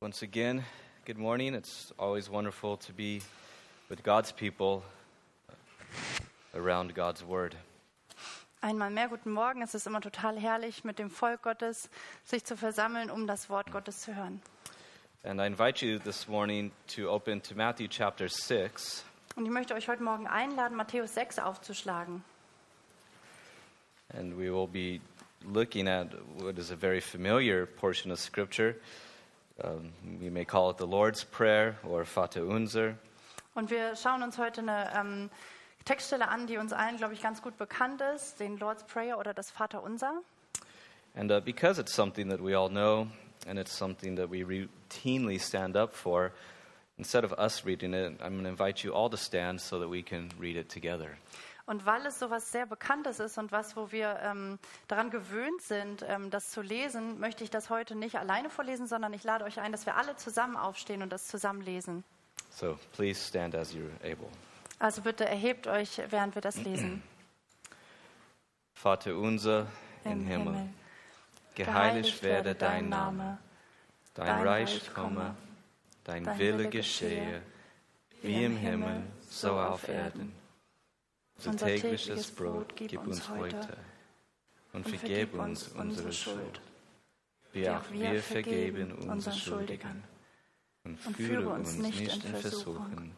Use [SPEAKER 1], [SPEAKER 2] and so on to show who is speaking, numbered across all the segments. [SPEAKER 1] Once again, good morning. It's always wonderful to be with God's people around God's Word.
[SPEAKER 2] Einmal mehr guten Morgen. Es ist immer total herrlich, mit dem Volk Gottes sich zu versammeln, um das Wort Gottes zu hören.
[SPEAKER 1] And I invite you this morning to open to Matthew chapter 6.
[SPEAKER 2] Und ich möchte euch heute Morgen einladen, Matthäus 6 aufzuschlagen.
[SPEAKER 1] And we will be looking at what is a very familiar portion of Scripture. Um, we may call it the Lord's Prayer or Vater Unser.
[SPEAKER 2] Und wir schauen uns heute eine ähm, Textstelle an, die uns allen, glaube ich, ganz gut bekannt ist, den Lord's Prayer oder das Vaterunser.
[SPEAKER 1] And uh, because it's something that we all know and it's something that we routinely stand up for, instead of us reading it, I'm going to invite you all to stand so that we can read it together.
[SPEAKER 2] Und weil es sowas sehr Bekanntes ist und was, wo wir ähm, daran gewöhnt sind, ähm, das zu lesen, möchte ich das heute nicht alleine vorlesen, sondern ich lade euch ein, dass wir alle zusammen aufstehen und das zusammen lesen.
[SPEAKER 1] So please stand as you're able.
[SPEAKER 2] Also bitte erhebt euch, während wir das lesen.
[SPEAKER 1] Vater unser in Himmel, geheiligt werde dein Name, dein
[SPEAKER 2] dein
[SPEAKER 1] Reich
[SPEAKER 2] Reich
[SPEAKER 1] komme,
[SPEAKER 2] komme,
[SPEAKER 1] dein
[SPEAKER 2] dein
[SPEAKER 1] Wille
[SPEAKER 2] Wille
[SPEAKER 1] geschehe,
[SPEAKER 2] geschehe,
[SPEAKER 1] wie im Himmel, so auf Erden. Unser
[SPEAKER 2] Unser
[SPEAKER 1] tägliches
[SPEAKER 2] tägliches
[SPEAKER 1] Brot gib uns heute und vergib uns unsere Schuld, wie auch wir vergeben unseren Schuldigen. Und führe uns nicht in Versuchung,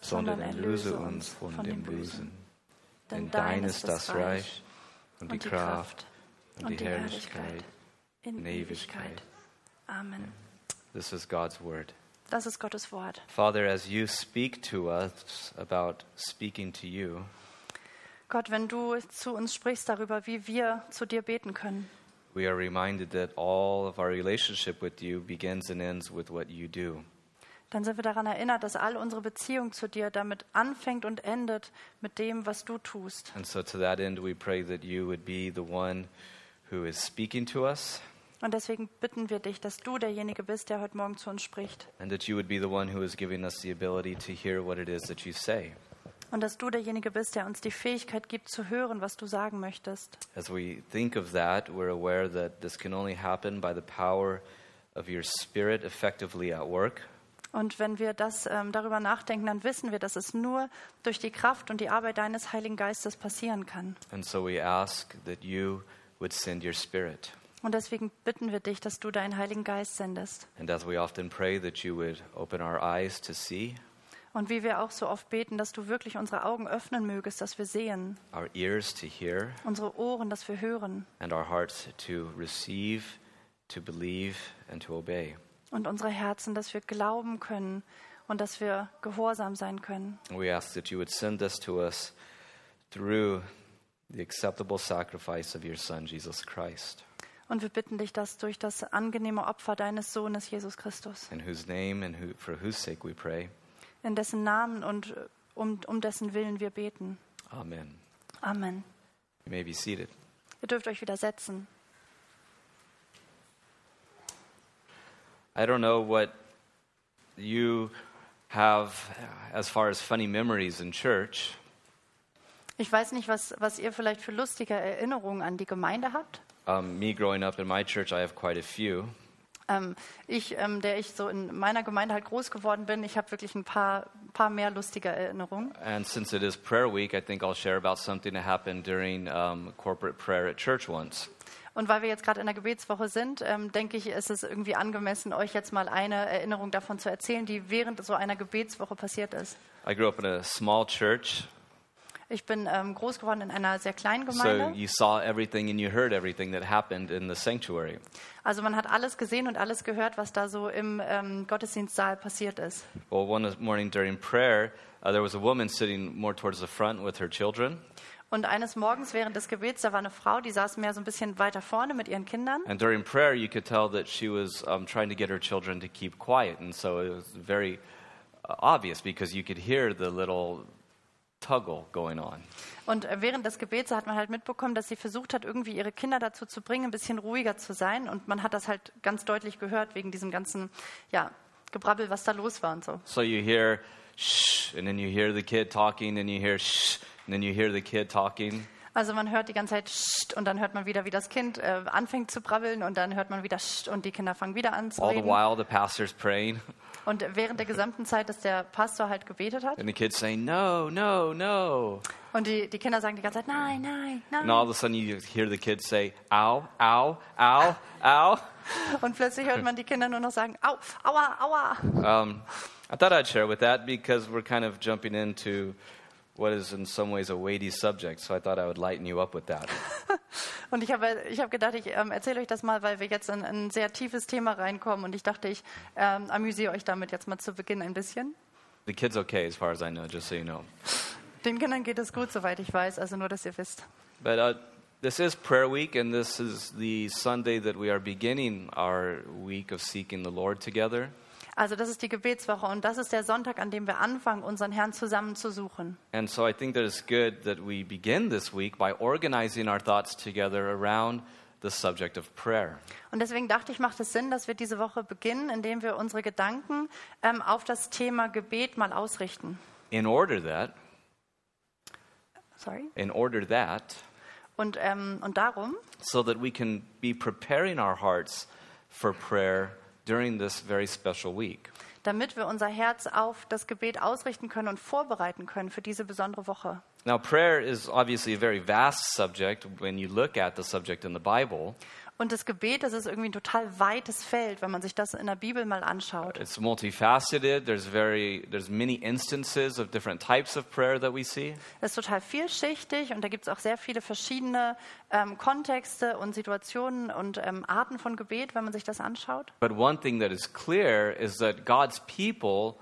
[SPEAKER 1] sondern erlöse uns von dem Bösen. Denn dein ist das Reich und die Kraft und die Herrlichkeit in Ewigkeit.
[SPEAKER 2] Amen.
[SPEAKER 1] This is God's word.
[SPEAKER 2] Das ist Gottes Wort.
[SPEAKER 1] Father, as you speak to us about speaking to you,
[SPEAKER 2] Gott, wenn du zu uns sprichst darüber, wie wir zu dir beten können,
[SPEAKER 1] we are reminded that all of our relationship with you begins and ends with what you do.
[SPEAKER 2] dann sind wir daran erinnert, dass all unsere Beziehung zu dir damit anfängt und endet mit dem, was du tust.
[SPEAKER 1] And so, to that end, we pray that you would be the one who is speaking to us
[SPEAKER 2] Und deswegen bitten wir dich, dass du derjenige bist, der heute Morgen zu uns spricht.
[SPEAKER 1] and that you would be the one who is giving us the ability to hear what it is that you say.
[SPEAKER 2] Und dass du derjenige bist, der uns die Fähigkeit gibt, zu hören, was du sagen möchtest.
[SPEAKER 1] As we think of that, we're aware that this can only happen by the power of your spirit effectively at work.
[SPEAKER 2] Und wenn wir das ähm, darüber nachdenken, dann wissen wir, dass es nur durch die Kraft und die Arbeit deines Heiligen Geistes passieren kann.
[SPEAKER 1] And so, we ask that you would send your spirit.
[SPEAKER 2] Und deswegen bitten wir dich, dass du deinen Heiligen Geist sendest.
[SPEAKER 1] And as we often pray, that you would open our eyes to see,
[SPEAKER 2] Und wie wir auch so oft beten, dass du wirklich unsere Augen öffnen mögest, dass wir sehen,
[SPEAKER 1] our ears to hear,
[SPEAKER 2] unsere Ohren, dass wir hören
[SPEAKER 1] and our hearts to receive, to believe, and to obey.
[SPEAKER 2] und unsere Herzen, dass wir glauben können und dass wir gehorsam sein können.
[SPEAKER 1] And we ask that you would send this to us through the acceptable sacrifice of your Son, Jesus Christ,
[SPEAKER 2] Und wir bitten dich das durch das angenehme Opfer deines Sohnes Jesus Christus,
[SPEAKER 1] in whose name and who, for whose sake we pray.
[SPEAKER 2] in dessen Namen und äh, um, um dessen Willen wir beten.
[SPEAKER 1] Amen.
[SPEAKER 2] Amen.
[SPEAKER 1] You may be seated.
[SPEAKER 2] Ihr dürft euch wieder setzen.
[SPEAKER 1] I don't know what you have uh, as far as funny memories in church.
[SPEAKER 2] Ich weiß nicht, was, was ihr vielleicht für lustige Erinnerungen an die Gemeinde habt.
[SPEAKER 1] Um, me growing up in my church, I have quite a few.
[SPEAKER 2] Ähm, ich, ähm, der ich so in meiner Gemeinde halt groß geworden bin, ich habe wirklich ein paar, paar mehr lustige Erinnerungen.
[SPEAKER 1] And since it is prayer week, I think I'll share about something that happened during um, corporate prayer at church once.
[SPEAKER 2] Und weil wir jetzt gerade in der Gebetswoche sind, ähm, denke ich, ist es irgendwie angemessen, euch jetzt mal eine Erinnerung davon zu erzählen, die während so einer Gebetswoche passiert ist.
[SPEAKER 1] I grew up in a small church,
[SPEAKER 2] Ich bin ähm, groß geworden in einer sehr kleinen
[SPEAKER 1] so
[SPEAKER 2] Gemeinde.
[SPEAKER 1] you saw everything and you heard everything that happened in the sanctuary.
[SPEAKER 2] Also man hat alles gesehen und alles gehört, was da so im ähm, Gottesdienstsaal passiert ist.
[SPEAKER 1] Well, one morning during prayer, uh, there was a woman sitting more towards the front with her children,
[SPEAKER 2] Und eines Morgens während des Gebets, da war eine Frau, die saß mehr so ein bisschen weiter vorne mit ihren Kindern.
[SPEAKER 1] and during prayer, you could tell that she was um, trying to get her children to keep quiet, and so it was very uh, obvious because you could hear the little tuggle going on.
[SPEAKER 2] Und äh, während des Gebets hat man halt mitbekommen, dass sie versucht hat, irgendwie ihre Kinder dazu zu bringen, ein bisschen ruhiger zu sein. Und man hat das halt ganz deutlich gehört wegen diesem ganzen, ja, Gebrabbel, was da los war und so.
[SPEAKER 1] So you hear shh, and then you hear the kid talking, and you hear shh, and then you hear the kid talking.
[SPEAKER 2] Also man hört die ganze Zeit Scht und dann hört man wieder, wie das Kind äh, anfängt zu brabbeln und dann hört man wieder Scht und die Kinder fangen wieder an zu
[SPEAKER 1] All the
[SPEAKER 2] reden.
[SPEAKER 1] while, the pastor's praying,
[SPEAKER 2] Und während der gesamten Zeit, dass der Pastor halt gebetet hat
[SPEAKER 1] and the kid's saying, No, no, no.
[SPEAKER 2] und die, die Kinder sagen die ganze Zeit, nein, nein, nein.
[SPEAKER 1] And all of a sudden, you hear the kid say, Ow, ow, ow, ow.
[SPEAKER 2] Und plötzlich hört man die Kinder nur noch sagen, au, aua, aua.
[SPEAKER 1] Um, I thought I'd share with that because we're kind of jumping into what is, in some ways, a weighty subject. So I thought I would lighten you up with that.
[SPEAKER 2] Und ich habe ich hab gedacht, ich ähm, erzähle euch das mal, weil wir jetzt in ein sehr tiefes Thema reinkommen und ich dachte, ich ähm, amüsiere euch damit jetzt mal zu Beginn ein bisschen.
[SPEAKER 1] The kid's okay, as far as I know, just so you know.
[SPEAKER 2] Den Kindern geht es gut, soweit ich weiß, also nur, dass ihr wisst.
[SPEAKER 1] But uh, this is prayer week, and this is the Sunday that we are beginning our week of seeking the Lord together.
[SPEAKER 2] Also das ist die Gebetswoche und das ist der Sonntag, an dem wir anfangen, unseren Herrn zusammen zu suchen.
[SPEAKER 1] And so I think that it's good that we begin this week by organizing our thoughts together around the subject of prayer.
[SPEAKER 2] Und deswegen dachte ich, macht es Sinn, dass wir diese Woche beginnen, indem wir unsere Gedanken ähm, auf das Thema Gebet mal ausrichten.
[SPEAKER 1] In order that,
[SPEAKER 2] Sorry.
[SPEAKER 1] in order that,
[SPEAKER 2] Und, ähm, und darum,
[SPEAKER 1] so that we can be preparing our hearts for prayer during this very special week.
[SPEAKER 2] damit wir unser Herz auf das Gebet ausrichten können und vorbereiten können für diese besondere Woche.
[SPEAKER 1] Now, prayer is obviously a very vast subject when you look at the subject in the Bible.
[SPEAKER 2] Und das Gebet, das ist irgendwie ein total weites Feld, wenn man sich das in der Bibel mal anschaut.
[SPEAKER 1] It's multifaceted. There's very there's many instances of different types of prayer that we see.
[SPEAKER 2] Es ist total vielschichtig und da gibt es auch sehr viele verschiedene ähm, Kontexte und Situationen und ähm, Arten von Gebet, wenn man sich das anschaut.
[SPEAKER 1] But one thing that is clear is that God's people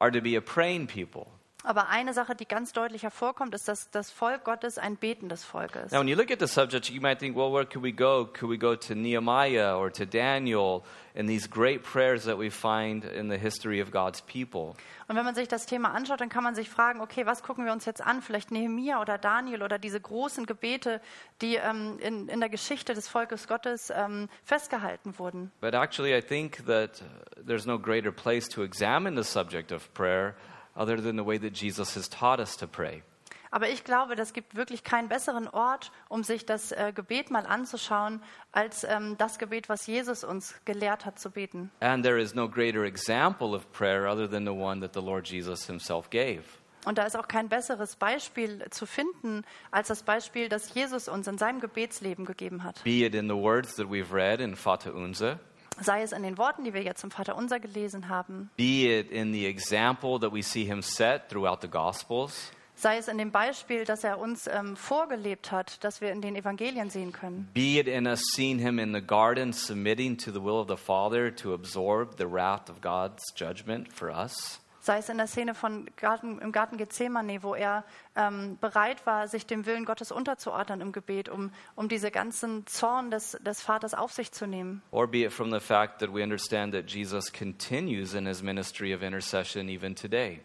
[SPEAKER 1] are to be a praying people.
[SPEAKER 2] Aber eine Sache, die ganz deutlich hervorkommt, ist, dass das Volk Gottes ein betendes Volk ist.
[SPEAKER 1] Now, when you look at the subject, you might think, well, where could we go? Could we go to Nehemiah or to Daniel and these great prayers that we find in the history of God's people?
[SPEAKER 2] Und wenn man sich das Thema anschaut, dann kann man sich fragen, okay, was gucken wir uns jetzt an? Vielleicht Nehemia oder Daniel oder diese großen Gebete, die ähm, in, in der Geschichte des Volkes Gottes ähm, festgehalten wurden.
[SPEAKER 1] But actually, I think that uh, there's no greater place to examine the subject of prayer other than the way that Jesus has taught us to pray.
[SPEAKER 2] Aber ich glaube, das gibt wirklich keinen besseren Ort, um sich das äh, Gebet mal anzuschauen, als ähm, das Gebet, was Jesus uns gelehrt hat zu beten.
[SPEAKER 1] And there is no greater example of prayer other than the one that the Lord Jesus himself gave.
[SPEAKER 2] Und da ist auch kein besseres Beispiel zu finden, als das Beispiel, das Jesus uns in seinem Gebetsleben gegeben hat.
[SPEAKER 1] Be it in the words that we've read in Fata Unze,
[SPEAKER 2] Sei es in den Worten, die wir jetzt im Vater Unser gelesen haben,
[SPEAKER 1] be it in the example that we see him set throughout the Gospels,
[SPEAKER 2] sei es in dem Beispiel, das er uns ähm, vorgelebt hat, das wir in den Evangelien sehen können.
[SPEAKER 1] be it in us seeing him in the garden submitting to the will of the Father to absorb the wrath of God's judgment for us.
[SPEAKER 2] Sei es in der Szene von Garten, im Garten Gethsemane, wo er ähm, bereit war, sich dem Willen Gottes unterzuordnen im Gebet, um, um diese ganzen Zorn des, des Vaters auf sich zu nehmen.
[SPEAKER 1] Or be it from the fact that we understand that Jesus continues in his ministry of intercession even today.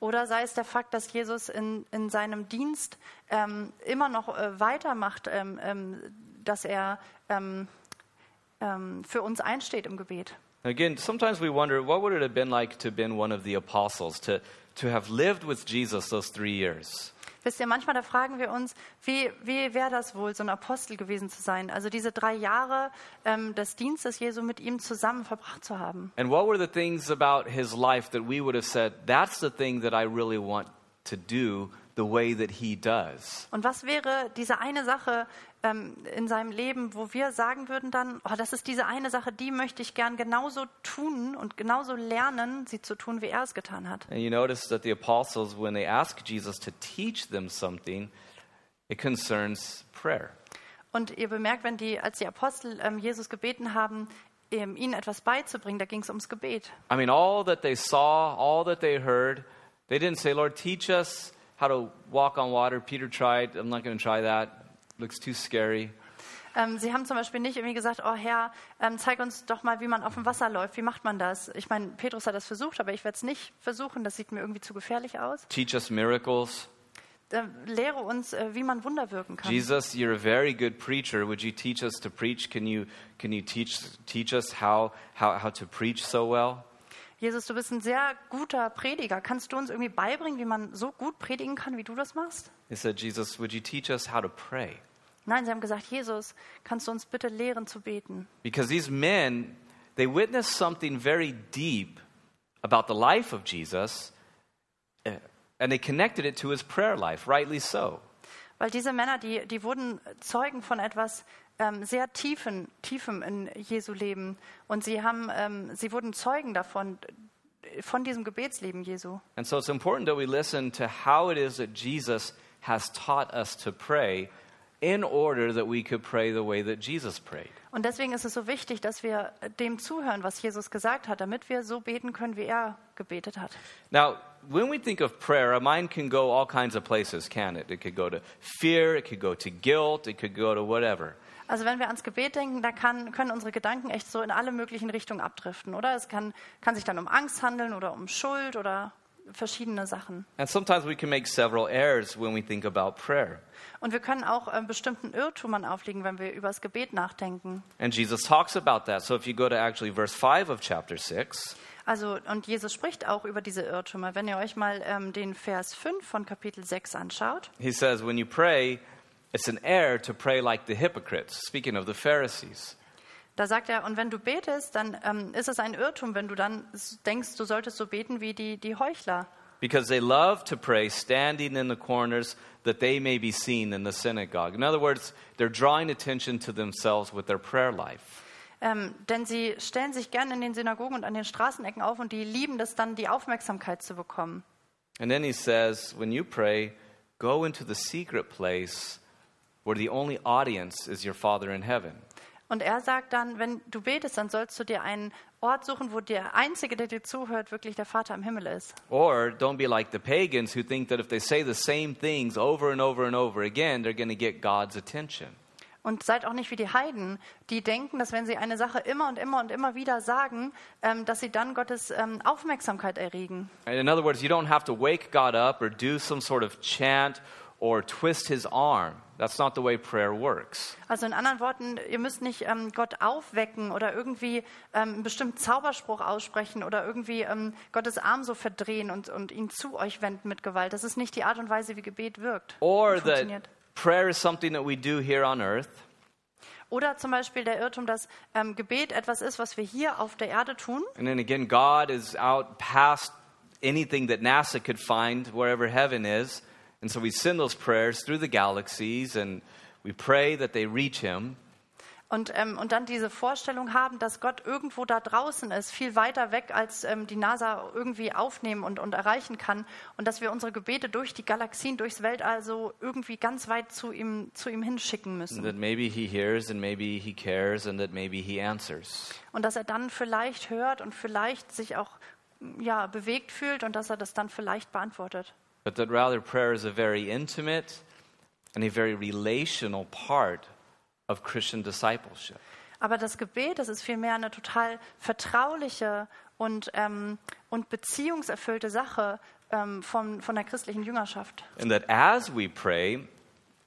[SPEAKER 2] Oder sei es der Fakt, dass Jesus in, in seinem Dienst ähm, immer noch äh, weitermacht, ähm, ähm, dass er ähm, ähm, für uns einsteht im Gebet.
[SPEAKER 1] Again, sometimes we wonder what would it have been like to have been one of the apostles, to, to have lived with Jesus those three years.
[SPEAKER 2] Wisst ihr, manchmal da fragen wir uns, wie, wie wäre das wohl, so ein Apostel gewesen zu sein? Also diese drei Jahre ähm, des Dienstes Jesu mit ihm zusammen verbracht zu haben.
[SPEAKER 1] And what were the things about his life that we would have said, that's the thing that I really want to do the way that he does?
[SPEAKER 2] Und was wäre diese eine Sache ähm, in seinem Leben, wo wir sagen würden dann, oh, das ist diese eine Sache, die möchte ich gern genauso tun und genauso lernen, sie zu tun, wie er es getan hat.
[SPEAKER 1] And you notice that the apostles, when they ask Jesus to teach them something, it concerns prayer.
[SPEAKER 2] Und ihr bemerkt, wenn die, als die Apostel ähm, Jesus gebeten haben, ähm, ihnen etwas beizubringen, da ging es ums Gebet.
[SPEAKER 1] I mean, all that they saw, all that they heard, they didn't say, Lord, teach us how to walk on water. Peter tried. I'm not going to try that. Looks too scary.
[SPEAKER 2] Ähm, sie haben zum Beispiel nicht irgendwie gesagt, oh Herr, ähm, zeig uns doch mal, wie man auf dem Wasser läuft, wie macht man das? Ich meine, Petrus hat das versucht, aber ich werde es nicht versuchen, das sieht mir irgendwie zu gefährlich aus.
[SPEAKER 1] Teach us miracles.
[SPEAKER 2] Ähm, lehre uns, äh, wie man Wunder wirken kann.
[SPEAKER 1] Jesus, you're a very good preacher. Would you teach us to preach? Can you, can you teach, teach us how, how, how to preach so well?
[SPEAKER 2] Jesus, du bist ein sehr guter Prediger. Kannst du uns irgendwie beibringen, wie man so gut predigen kann, wie du das machst?
[SPEAKER 1] They said, Jesus, would you teach us how to pray?
[SPEAKER 2] Nein, sie haben gesagt, Jesus, kannst du uns bitte lehren zu beten?
[SPEAKER 1] Because these men, they witnessed something very deep about the life of Jesus, eh, and they connected it to his prayer life, rightly so.
[SPEAKER 2] Weil diese Männer, die, die wurden Zeugen von etwas ähm, sehr Tiefen, Tiefem in Jesu Leben. Und sie, haben, ähm, sie wurden Zeugen davon, äh, von diesem Gebetsleben Jesu.
[SPEAKER 1] And so it's important that we listen to how it is that Jesus has taught us to pray in order that we could pray the way that Jesus prayed.
[SPEAKER 2] Und deswegen ist es so wichtig, dass wir dem zuhören, was Jesus gesagt hat, damit wir so beten können, wie er gebetet hat.
[SPEAKER 1] Now, when we think of prayer, our mind can go all kinds of places, can it? It could go to fear, it could go to guilt, it could go to whatever.
[SPEAKER 2] Also wenn wir ans Gebet denken, da kann, können unsere Gedanken echt so in alle möglichen Richtungen abdriften, oder? Es kann, kann sich dann um Angst handeln oder um Schuld oder verschiedene Sachen.
[SPEAKER 1] And sometimes we can make several errors when we think about prayer.
[SPEAKER 2] Und wir können auch äh, bestimmten Irrtümern aufliegen, wenn wir über das Gebet nachdenken.
[SPEAKER 1] And Jesus talks about that. So if you go to actually verse 5 of chapter 6,
[SPEAKER 2] Also, und Jesus spricht auch über diese Irrtümer. Wenn ihr euch mal ähm, den Vers 5 von Kapitel 6 anschaut,
[SPEAKER 1] he says, When you pray, it's an error to pray like the hypocrites, speaking of the Pharisees.
[SPEAKER 2] da sagt er, und wenn du betest, dann ähm, ist es ein Irrtum, wenn du dann s- denkst, du solltest so beten wie die, die Heuchler.
[SPEAKER 1] Because they love to pray standing in the corners that they may be seen in the synagogue. In other words, they're drawing attention to themselves with their prayer life.
[SPEAKER 2] Ähm, denn sie stellen sich gern in den Synagogen und an den Straßenecken auf und die lieben es dann, die Aufmerksamkeit zu bekommen.
[SPEAKER 1] And then he says, when you pray, go into the secret place where the only audience is your Father in heaven.
[SPEAKER 2] Und er sagt dann, wenn du betest, dann sollst du dir einen Ort suchen, wo der Einzige, der dir zuhört, wirklich der Vater im Himmel ist.
[SPEAKER 1] Or don't be like the pagans who think that if they say the same things over and over and over again, they're going to get God's attention.
[SPEAKER 2] Und seid auch nicht wie die Heiden, die denken, dass wenn sie eine Sache immer und immer und immer wieder sagen, ähm, dass sie dann Gottes ähm, Aufmerksamkeit erregen.
[SPEAKER 1] And in other words, you don't have to wake God up or do some sort of chant or twist his arm. That's not the way prayer works.
[SPEAKER 2] Also in anderen Worten, ihr müsst nicht ähm, Gott aufwecken oder irgendwie ähm, einen bestimmten Zauberspruch aussprechen oder irgendwie ähm, Gottes Arm so verdrehen und, und ihn zu euch wenden mit Gewalt. Das ist nicht die Art und Weise, wie Gebet wirkt.
[SPEAKER 1] Or
[SPEAKER 2] und
[SPEAKER 1] that
[SPEAKER 2] funktioniert.
[SPEAKER 1] prayer is something that we do here on earth,
[SPEAKER 2] Oder zum Beispiel der Irrtum, dass ähm, Gebet etwas ist, was wir hier auf der Erde tun.
[SPEAKER 1] and then again, God is out past anything that NASA could find, wherever heaven is. And so we send those prayers through the galaxies and we pray that they reach him.
[SPEAKER 2] Und, ähm, und dann diese Vorstellung haben, dass Gott irgendwo da draußen ist, viel weiter weg, als ähm, die NASA irgendwie aufnehmen und, und erreichen kann. Und dass wir unsere Gebete durch die Galaxien, durchs Weltall so irgendwie ganz weit zu ihm, zu ihm hinschicken
[SPEAKER 1] And
[SPEAKER 2] müssen.
[SPEAKER 1] that maybe he hears and maybe he cares and that maybe he answers.
[SPEAKER 2] Und dass er dann vielleicht hört und vielleicht sich auch ja, bewegt fühlt und dass er das dann vielleicht beantwortet.
[SPEAKER 1] but that rather prayer is a very intimate and a very relational part of Christian discipleship.
[SPEAKER 2] Aber das Gebet, das ist vielmehr eine total vertrauliche und, ähm, und beziehungserfüllte Sache ähm, von, von der christlichen Jüngerschaft.
[SPEAKER 1] And that as we pray,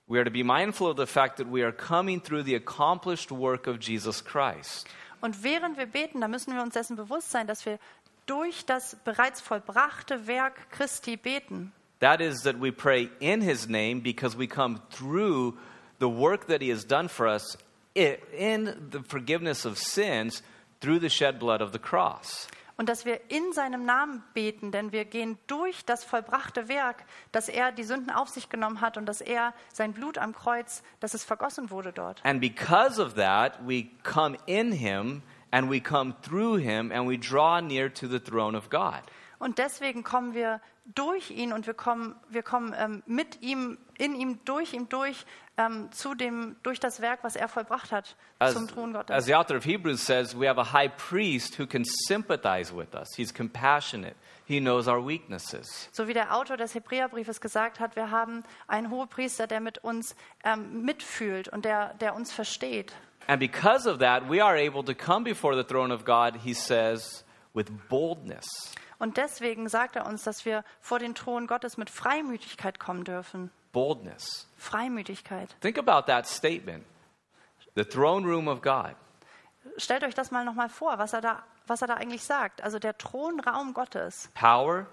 [SPEAKER 1] we are to be mindful of the fact that we are coming through the accomplished work of Jesus Christ.
[SPEAKER 2] Und während wir beten, da müssen wir uns dessen bewusst sein, dass wir durch das bereits vollbrachte Werk Christi beten.
[SPEAKER 1] That is, that we pray in His name because we come through the work that He has done for us i- in the forgiveness of sins through the shed blood of the cross.
[SPEAKER 2] Und dass wir in seinem Namen beten, denn wir gehen durch das vollbrachte Werk, dass er die Sünden auf sich genommen hat und dass er sein Blut am Kreuz, dass es vergossen wurde dort.
[SPEAKER 1] And because of that, we come in him and we come through him and we draw near to the throne of God.
[SPEAKER 2] Und deswegen kommen wir durch ihn und wir kommen, wir kommen ähm, mit ihm, in ihm, durch ihm durch, ähm, zu dem, durch das Werk, was er vollbracht hat,
[SPEAKER 1] As,
[SPEAKER 2] zum Thron Gottes.
[SPEAKER 1] as the author of Hebrews says, we have a high priest who can sympathize with us. He's compassionate, he knows our weaknesses.
[SPEAKER 2] So wie der Autor des Hebräerbriefes gesagt hat, wir haben einen Hohepriester, der mit uns ähm, mitfühlt und der, der uns versteht.
[SPEAKER 1] And because of that, we are able to come before the throne of God, he says, with boldness.
[SPEAKER 2] Und deswegen sagt er uns, dass wir vor den Thron Gottes mit Freimütigkeit kommen dürfen.
[SPEAKER 1] Boldness.
[SPEAKER 2] Freimütigkeit.
[SPEAKER 1] Think about that statement the throne room of God.
[SPEAKER 2] Stellt euch das mal nochmal vor, was er, da, was er da eigentlich sagt. Also der Thronraum Gottes.
[SPEAKER 1] Power,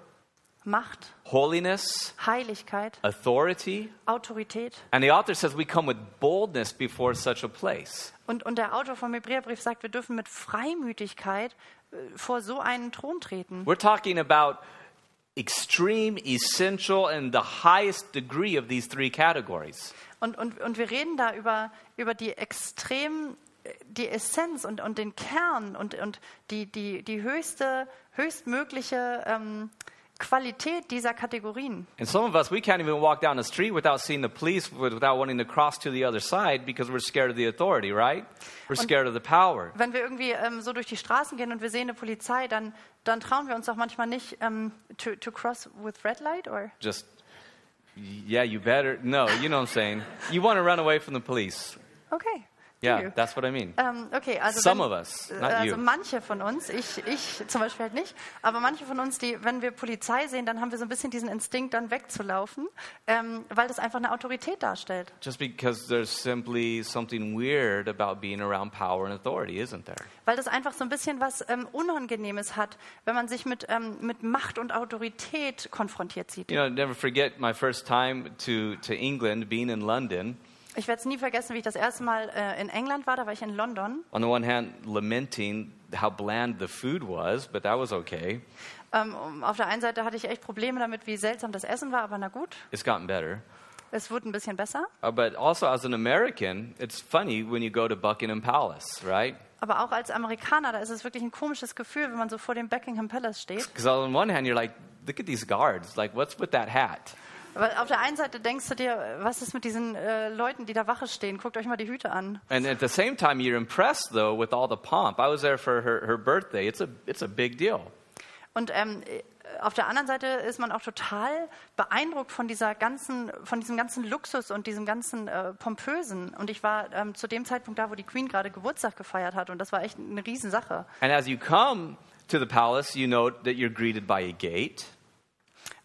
[SPEAKER 2] Macht,
[SPEAKER 1] holiness,
[SPEAKER 2] Heiligkeit,
[SPEAKER 1] authority.
[SPEAKER 2] Autorität.
[SPEAKER 1] And the author says we come with boldness before such a place.
[SPEAKER 2] Und, und der Autor vom Hebräerbrief sagt, wir dürfen mit Freimütigkeit äh, vor so einen Thron treten.
[SPEAKER 1] We're talking about extreme, essential, and the highest degree of these three categories.
[SPEAKER 2] Und, und, und wir reden da über, über die extrem, äh, die Essenz und, und den Kern und, und die, die, die höchste, höchstmögliche ähm, Qualität dieser Kategorien.
[SPEAKER 1] And some of us, we can't even walk down the street without seeing the police, with- without wanting to cross to the other side because we're scared of the authority, right? We're scared of the power.
[SPEAKER 2] Wenn wir irgendwie ähm, so durch die Straßen gehen und wir sehen eine Polizei, dann, dann trauen wir uns auch manchmal nicht ähm, to, to cross with red light or
[SPEAKER 1] Just, yeah, you better. No, you know what I'm saying. You want to run away from the police.
[SPEAKER 2] okay.
[SPEAKER 1] Yeah,
[SPEAKER 2] Phew.
[SPEAKER 1] that's what I mean.
[SPEAKER 2] Ähm, okay, also
[SPEAKER 1] Some of
[SPEAKER 2] wenn,
[SPEAKER 1] us,
[SPEAKER 2] äh,
[SPEAKER 1] not
[SPEAKER 2] also
[SPEAKER 1] you.
[SPEAKER 2] manche von uns, ich, ich zum Beispiel halt nicht, aber manche von uns, die, wenn wir Polizei sehen, dann haben wir so ein bisschen diesen Instinkt, dann wegzulaufen, ähm, weil das einfach eine Autorität darstellt.
[SPEAKER 1] Just because there's simply something weird about being around power and authority, isn't there?
[SPEAKER 2] Weil das einfach so ein bisschen was ähm, Unangenehmes hat, wenn man sich mit, ähm, mit Macht und Autorität konfrontiert sieht.
[SPEAKER 1] You know, never forget my first time to, to England, being in London.
[SPEAKER 2] Ich werde es nie vergessen, wie ich das erste Mal äh, in England war, da war ich in London.
[SPEAKER 1] On the one hand, lamenting how bland the food was, but that was okay.
[SPEAKER 2] Ähm, um- auf der einen Seite hatte ich echt Probleme damit, wie seltsam das Essen war, aber na gut,
[SPEAKER 1] It's gotten better.
[SPEAKER 2] es wurde ein bisschen besser.
[SPEAKER 1] Uh, but also, as an American, it's funny when you go to Buckingham Palace, right?
[SPEAKER 2] Aber auch als Amerikaner, da ist es wirklich ein komisches Gefühl, wenn man so vor dem Buckingham Palace steht.
[SPEAKER 1] Because on one hand, you're like, look at these guards. Like, what's with that hat?
[SPEAKER 2] Weil auf der einen Seite denkst du dir, was ist mit diesen äh, Leuten, die da Wache stehen? Guckt euch mal die Hüte an.
[SPEAKER 1] And at the same time, you're impressed, though, with all the pomp. I was there for her, her birthday. It's a, it's a big deal.
[SPEAKER 2] Und ähm, äh, auf der anderen Seite ist man auch total beeindruckt von dieser ganzen, von diesem ganzen Luxus und diesem ganzen äh, pompösen. Und ich war ähm, zu dem Zeitpunkt da, wo die Queen gerade Geburtstag gefeiert hat, und das war echt eine Riesensache.
[SPEAKER 1] And as you come to the palace, you know that you're greeted by a gate.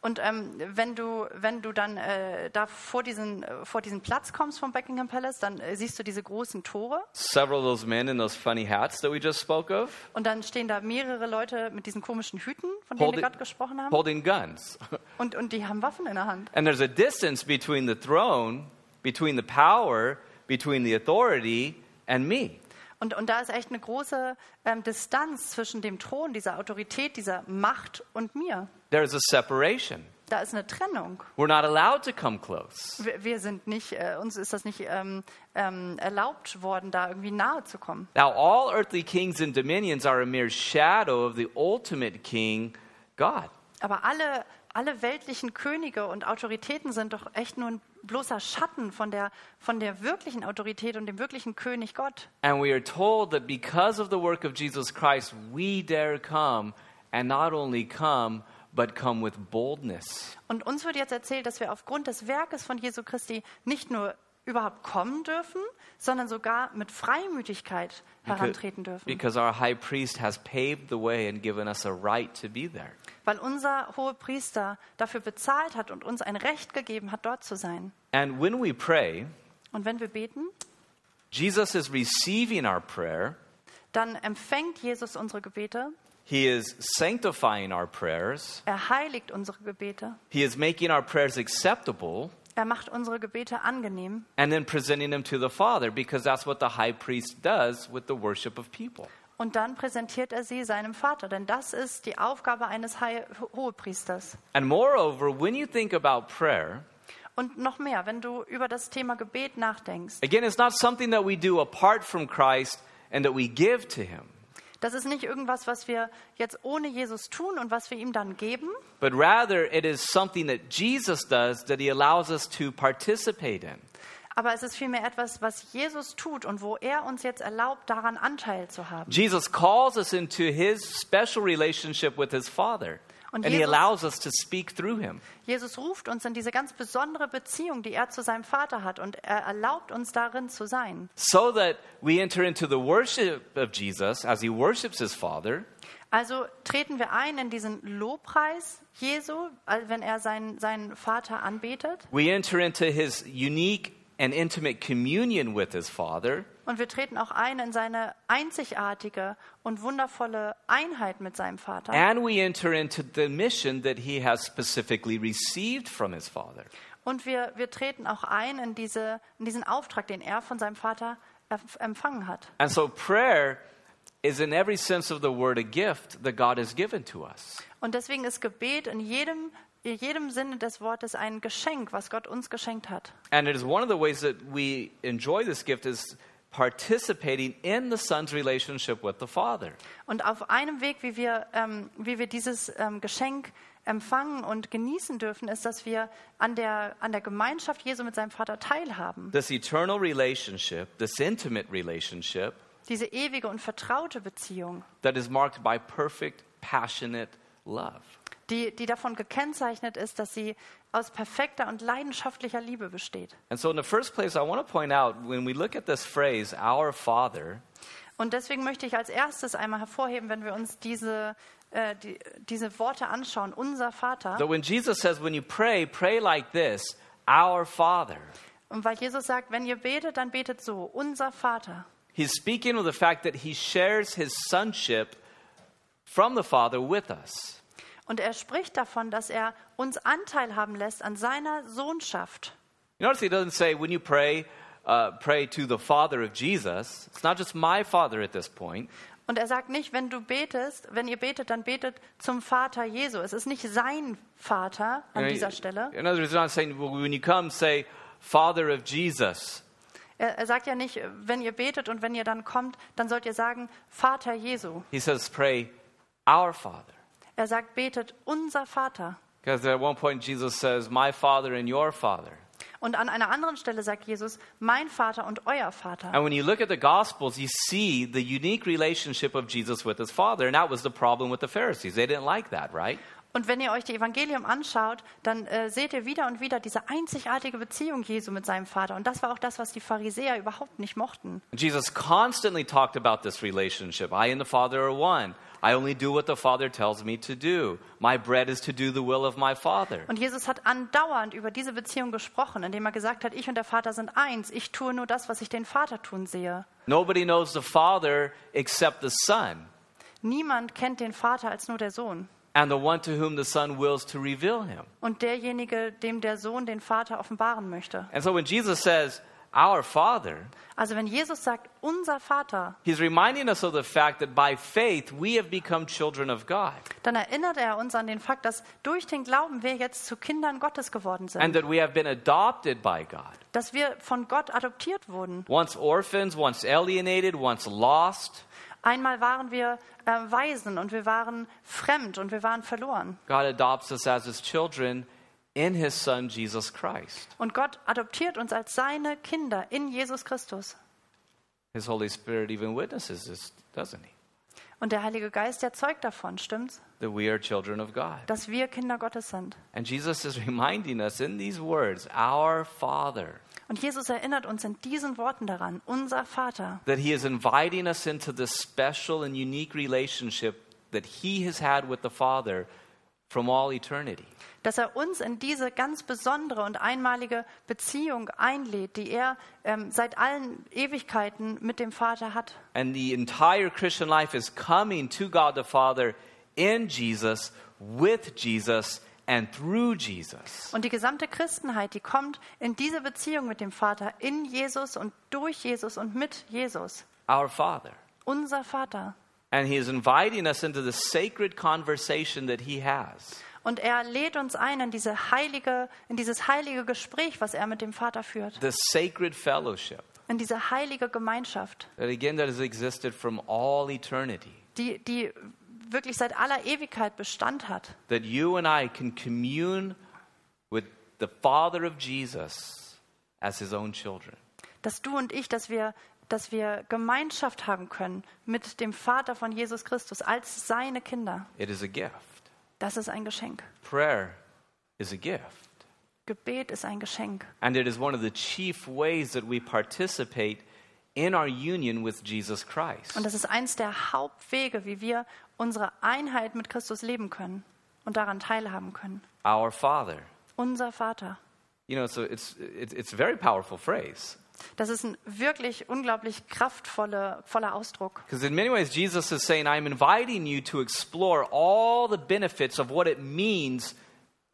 [SPEAKER 2] Und ähm, wenn du wenn du dann äh, da vor diesen äh, vor diesen Platz kommst vom Buckingham Palace, dann äh, siehst du diese großen Tore
[SPEAKER 1] Several of those men in those funny hats that we just spoke of,
[SPEAKER 2] und dann stehen da mehrere Leute mit diesen komischen Hüten, von denen wir
[SPEAKER 1] Holding-
[SPEAKER 2] gerade gesprochen haben,
[SPEAKER 1] holding guns.
[SPEAKER 2] und und die haben Waffen in der Hand.
[SPEAKER 1] And there's a distance between the throne, between the power, between the authority, and me.
[SPEAKER 2] Und, und da ist echt eine große ähm, Distanz zwischen dem Thron, dieser Autorität, dieser Macht und mir.
[SPEAKER 1] There's a separation.
[SPEAKER 2] Da ist eine Trennung.
[SPEAKER 1] We're not allowed to come close.
[SPEAKER 2] Wir, wir sind nicht, äh, uns ist das nicht ähm, ähm, erlaubt worden, da irgendwie nahe zu kommen.
[SPEAKER 1] Now, all earthly kings and dominions are a mere shadow of the ultimate king, God.
[SPEAKER 2] Aber alle, alle weltlichen Könige und Autoritäten sind doch echt nur ein bloßer Schatten von der, von der wirklichen Autorität und dem wirklichen König Gott.
[SPEAKER 1] And we are told that because of the work of Jesus Christ, we dare come, and not only come, but come with boldness.
[SPEAKER 2] Und uns wird jetzt erzählt, dass wir aufgrund des Werkes von Jesu Christi nicht nur überhaupt kommen dürfen, sondern sogar mit Freimütigkeit herantreten dürfen.
[SPEAKER 1] Because our high priest has paved the way and given us a right to be there.
[SPEAKER 2] Weil unser hohe Priester dafür bezahlt hat und uns ein Recht gegeben hat, dort zu sein.
[SPEAKER 1] And when we pray,
[SPEAKER 2] Und wenn wir beten,
[SPEAKER 1] Jesus is receiving our prayer.
[SPEAKER 2] dann empfängt Jesus unsere Gebete,
[SPEAKER 1] He is sanctifying our prayers.
[SPEAKER 2] er heiligt unsere Gebete,
[SPEAKER 1] He is making our prayers acceptable
[SPEAKER 2] er macht unsere Gebete angenehm
[SPEAKER 1] and then presenting them to the Father because that's what the high priest does with the worship of people.
[SPEAKER 2] und dann präsentiert er sie seinem Vater, denn das ist die Aufgabe eines Hei- Hohepriesters.
[SPEAKER 1] And moreover, when you think about prayer,
[SPEAKER 2] Und noch mehr, wenn du über das Thema Gebet nachdenkst,
[SPEAKER 1] again, it's not something that we do apart from Christ and that we give to Him,
[SPEAKER 2] das ist nicht irgendwas, was wir jetzt ohne Jesus tun und was wir ihm dann geben,
[SPEAKER 1] but rather it is something that Jesus does that He allows us to participate in.
[SPEAKER 2] aber es ist vielmehr etwas, was Jesus tut und wo er uns jetzt erlaubt, daran Anteil zu haben.
[SPEAKER 1] Jesus calls us into His special relationship with His Father,
[SPEAKER 2] Und
[SPEAKER 1] and He
[SPEAKER 2] Jesus-
[SPEAKER 1] allows us to speak through Him.
[SPEAKER 2] Jesus ruft uns in diese ganz besondere Beziehung, die er zu seinem Vater hat, und er erlaubt uns darin zu sein,
[SPEAKER 1] so that we enter into the worship of Jesus as he worships his Father,
[SPEAKER 2] Also treten wir ein in diesen Lobpreis Jesu, also wenn er seinen, seinen Vater anbetet.
[SPEAKER 1] we enter into his unique and intimate communion with his Father,
[SPEAKER 2] Und wir treten auch ein in seine einzigartige und wundervolle Einheit mit seinem Vater.
[SPEAKER 1] And we enter into the mission that he has specifically received from his Father.
[SPEAKER 2] Und wir, wir treten auch ein in, diese, in diesen Auftrag, den er von seinem Vater erf- empfangen hat.
[SPEAKER 1] And so prayer is, in every sense of the word, a gift that God has given to us.
[SPEAKER 2] Und deswegen ist Gebet in jedem, in jedem Sinne des Wortes ein Geschenk, was Gott uns geschenkt hat.
[SPEAKER 1] And it is one of the ways that we enjoy this gift is participating in the Son's relationship with the Father.
[SPEAKER 2] Und auf einem Weg, wie wir, ähm, wie wir dieses ähm, Geschenk empfangen und genießen dürfen, ist, dass wir an der, an der Gemeinschaft Jesu mit seinem Vater teilhaben.
[SPEAKER 1] This eternal relationship, this intimate relationship
[SPEAKER 2] Diese ewige und vertraute Beziehung,
[SPEAKER 1] that is marked by perfect, passionate love.
[SPEAKER 2] die, die davon gekennzeichnet ist, dass sie aus perfekter und leidenschaftlicher Liebe besteht.
[SPEAKER 1] And so, in the first place, I want to point out when we look at this phrase, our Father,
[SPEAKER 2] Und deswegen möchte ich als erstes einmal hervorheben, wenn wir uns diese, äh, die, diese Worte anschauen, unser Vater.
[SPEAKER 1] that when Jesus says, when you pray, pray like this, our Father,
[SPEAKER 2] Und weil Jesus sagt, wenn ihr betet, dann betet so, unser Vater.
[SPEAKER 1] he's speaking of the fact that he shares his sonship from the Father with us.
[SPEAKER 2] Und er spricht davon, dass er uns Anteil haben lässt an seiner Sohnschaft.
[SPEAKER 1] You notice he doesn't say, when you pray, uh, pray to the Father of Jesus. It's not just my Father at this point.
[SPEAKER 2] Und er sagt nicht, wenn du betest, wenn ihr betet, dann betet zum Vater Jesu. Es ist nicht sein Vater an dieser Stelle.
[SPEAKER 1] In other words, he's not saying, well, when you come, say, Father of Jesus.
[SPEAKER 2] Er, er sagt ja nicht, wenn ihr betet und wenn ihr dann kommt, dann sollt ihr sagen, Vater Jesu.
[SPEAKER 1] He says, pray our Father.
[SPEAKER 2] Er sagt, betet unser Vater.
[SPEAKER 1] Because at one point, Jesus says, my Father and your Father.
[SPEAKER 2] Und an einer anderen Stelle sagt Jesus, mein Vater und euer Vater.
[SPEAKER 1] And when you look at the Gospels, you see the unique relationship of Jesus with his Father. And that was the problem with the Pharisees. They didn't like that, right?
[SPEAKER 2] Und wenn ihr euch die Evangelium anschaut, dann äh, seht ihr wieder und wieder diese einzigartige Beziehung Jesu mit seinem Vater. Und das war auch das, was die Pharisäer überhaupt nicht mochten.
[SPEAKER 1] Jesus constantly talked about this relationship. I and the Father are one. I only do what the Father tells me to do. My bread is to do the will of my Father.
[SPEAKER 2] Und Jesus hat andauernd über diese Beziehung gesprochen, indem er gesagt hat, ich und der Vater sind eins, ich tue nur das, was ich den Vater tun sehe.
[SPEAKER 1] Nobody knows the Father except the Son
[SPEAKER 2] Niemand kennt den Vater als nur der Sohn.
[SPEAKER 1] and the one to whom the Son wills to reveal him.
[SPEAKER 2] Und derjenige, dem der Sohn den Vater offenbaren möchte.
[SPEAKER 1] And so when Jesus says, Our Father,
[SPEAKER 2] Also wenn Jesus sagt, unser Vater,
[SPEAKER 1] he's reminding us of the fact that by faith we have become children of God
[SPEAKER 2] dann erinnert er uns an den Fakt, dass durch den Glauben wir jetzt zu Kindern Gottes geworden sind.
[SPEAKER 1] and that we have been adopted by God.
[SPEAKER 2] dass wir von Gott adoptiert wurden.
[SPEAKER 1] Once orphans, once alienated, once lost,
[SPEAKER 2] Einmal waren wir äh, Waisen und wir waren fremd und wir waren verloren.
[SPEAKER 1] God adopts us as his children in his Son Jesus Christ.
[SPEAKER 2] Und Gott adoptiert uns als seine Kinder in Jesus Christus.
[SPEAKER 1] His Holy Spirit even witnesses this, doesn't he?
[SPEAKER 2] Und der Heilige Geist erzeugt davon, stimmt's?
[SPEAKER 1] That we are children of God.
[SPEAKER 2] Dass wir Kinder Gottes sind.
[SPEAKER 1] And Jesus is reminding us in these words, Our Father.
[SPEAKER 2] Und Jesus erinnert uns in diesen Worten daran, unser Vater,
[SPEAKER 1] that he is inviting us into this special and unique relationship that he has had with the Father from all eternity.
[SPEAKER 2] dass er uns in diese ganz besondere und einmalige Beziehung einlädt, die er ähm, seit allen Ewigkeiten mit dem Vater hat.
[SPEAKER 1] And the entire Christian life is coming to God the Father in Jesus, with Jesus, and through Jesus.
[SPEAKER 2] Und die gesamte Christenheit, die kommt in diese Beziehung mit dem Vater, in Jesus und durch Jesus und mit Jesus,
[SPEAKER 1] Our Father.
[SPEAKER 2] unser Vater.
[SPEAKER 1] And he is inviting us into the sacred conversation that he has.
[SPEAKER 2] Und er lädt uns ein in, diese heilige, in dieses heilige Gespräch, was er mit dem Vater führt,
[SPEAKER 1] The sacred fellowship
[SPEAKER 2] in diese heilige Gemeinschaft,
[SPEAKER 1] that again that has existed from all eternity.
[SPEAKER 2] die, die wirklich seit aller Ewigkeit Bestand hat.
[SPEAKER 1] that you and I can commune with the Father of Jesus as his own children.
[SPEAKER 2] Dass du und ich, dass wir, dass wir Gemeinschaft haben können mit dem Vater von Jesus Christus als seine Kinder.
[SPEAKER 1] It is a gift.
[SPEAKER 2] Das ist ein Geschenk.
[SPEAKER 1] Prayer is a gift.
[SPEAKER 2] Gebet ist ein Geschenk.
[SPEAKER 1] And it is one of the chief ways that we participate in our union with Jesus Christ.
[SPEAKER 2] Und das ist eins der Hauptwege, wie wir unsere Einheit mit Christus leben können und daran teilhaben können.
[SPEAKER 1] Our Father.
[SPEAKER 2] Unser Vater.
[SPEAKER 1] You know, so it's, it's, it's a very powerful phrase.
[SPEAKER 2] Das ist ein wirklich unglaublich kraftvoller voller Ausdruck.
[SPEAKER 1] Because in many ways, Jesus is saying, I'm inviting you to explore all the benefits of what it means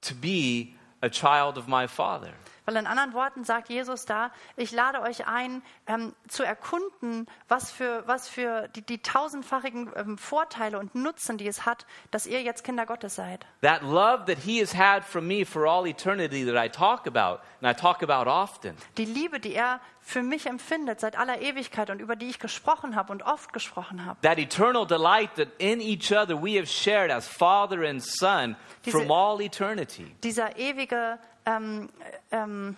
[SPEAKER 1] to be a child of my Father.
[SPEAKER 2] Weil in anderen Worten sagt Jesus da, ich lade euch ein, ähm, zu erkunden, was für, was für die, die tausendfachigen ähm, Vorteile und Nutzen, die es hat, dass ihr jetzt Kinder Gottes seid.
[SPEAKER 1] That love that He has had for me for all eternity that I talk about, and I talk about often.
[SPEAKER 2] Die Liebe, die er für mich empfindet seit aller Ewigkeit und über die ich gesprochen habe und oft gesprochen habe.
[SPEAKER 1] That eternal delight that in each other we have shared as Father and Son from all eternity.
[SPEAKER 2] Dieser ewige ähm, ähm,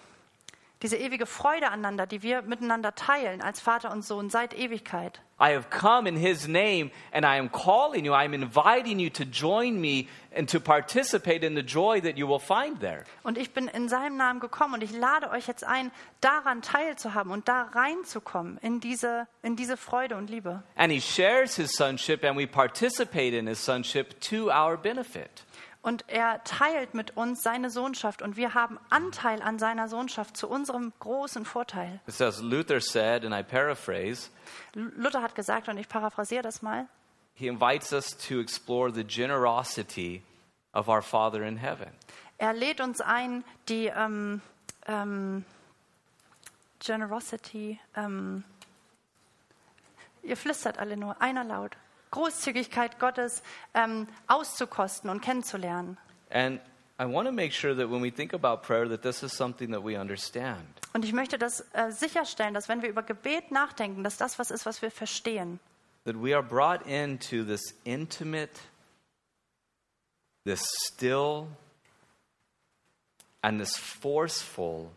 [SPEAKER 2] diese ewige Freude aneinander, die wir miteinander teilen als Vater und Sohn seit Ewigkeit.
[SPEAKER 1] I have come in His name and I am calling you, I am inviting you to join me and to participate in the joy that you will find there.
[SPEAKER 2] Und ich bin in seinem Namen gekommen und ich lade euch jetzt ein, daran teilzuhaben und da reinzukommen in diese, in diese Freude und Liebe.
[SPEAKER 1] And He shares His sonship and we participate in His sonship to our benefit.
[SPEAKER 2] Und er teilt mit uns seine Sohnschaft und wir haben Anteil an seiner Sohnschaft zu unserem großen Vorteil.
[SPEAKER 1] It says Luther said, and I paraphrase,
[SPEAKER 2] L- Luther hat gesagt, und ich paraphrasiere das mal,
[SPEAKER 1] he invites us to explore the generosity of our Father in heaven.
[SPEAKER 2] er lädt uns ein, die ähm, ähm, Generosity, ähm, ihr flüstert alle nur, einer laut, Großzügigkeit Gottes ähm, auszukosten und kennenzulernen.
[SPEAKER 1] And I want to make sure that when we think about prayer that this is something that we understand.
[SPEAKER 2] Und ich möchte das äh, sicherstellen, dass wenn wir über Gebet nachdenken, dass das was ist, was wir verstehen.
[SPEAKER 1] That we are brought into this intimate this still and this forceful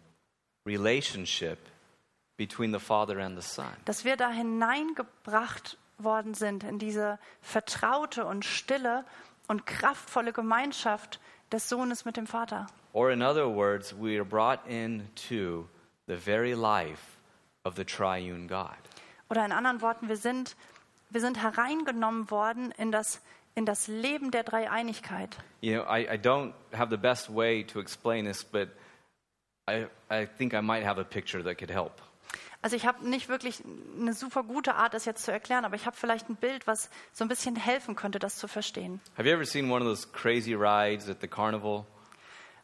[SPEAKER 1] relationship between the father and the son.
[SPEAKER 2] Dass wir da hineingebracht worden sind in diese vertraute und stille und kraftvolle Gemeinschaft des Sohnes mit dem Vater.
[SPEAKER 1] Or in other words, we are brought into the very life of the triune God.
[SPEAKER 2] Oder in anderen Worten, wir sind, wir sind hereingenommen worden in das, in das Leben der Dreieinigkeit.
[SPEAKER 1] You know, I, I don't have the best way to explain this, but I, I think I might have a picture that could help.
[SPEAKER 2] Also ich habe nicht wirklich eine super gute Art, das jetzt zu erklären, aber ich habe vielleicht ein Bild, was so ein bisschen helfen könnte, das zu verstehen.
[SPEAKER 1] Have you ever seen one of those crazy rides at the carnival?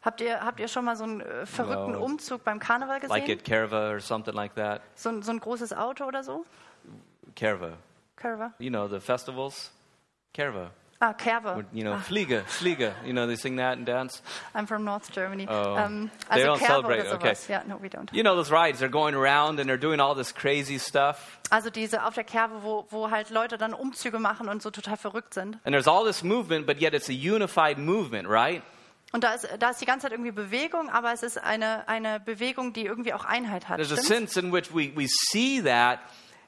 [SPEAKER 2] Habt ihr, habt ihr schon mal so einen äh, verrückten
[SPEAKER 1] No.
[SPEAKER 2] Umzug beim Karneval gesehen?
[SPEAKER 1] Like at Carava or something like that?
[SPEAKER 2] so, ein, so ein großes Auto oder so?
[SPEAKER 1] Carava.
[SPEAKER 2] Kerwe?
[SPEAKER 1] You know, the festivals? Carava.
[SPEAKER 2] Ah, Kerwe.
[SPEAKER 1] You know, Fliege, Fliege. You know, they sing that and dance.
[SPEAKER 2] I'm from North Germany.
[SPEAKER 1] Oh.
[SPEAKER 2] Ähm,
[SPEAKER 1] They
[SPEAKER 2] also
[SPEAKER 1] don't
[SPEAKER 2] Kerwe
[SPEAKER 1] celebrate,
[SPEAKER 2] oder sowas.
[SPEAKER 1] okay.
[SPEAKER 2] Ja, no, we don't.
[SPEAKER 1] You know, those rides, they're going around and they're doing all this crazy stuff.
[SPEAKER 2] Also diese auf der Kerbe, wo, wo halt Leute dann Umzüge machen und so total verrückt sind.
[SPEAKER 1] And there's all this movement, but yet it's a unified movement, right?
[SPEAKER 2] Und da ist, da ist die ganze Zeit irgendwie Bewegung, aber es ist eine, eine Bewegung, die irgendwie auch Einheit hat.
[SPEAKER 1] There's a
[SPEAKER 2] stimmt's?
[SPEAKER 1] sense in which we, we see that,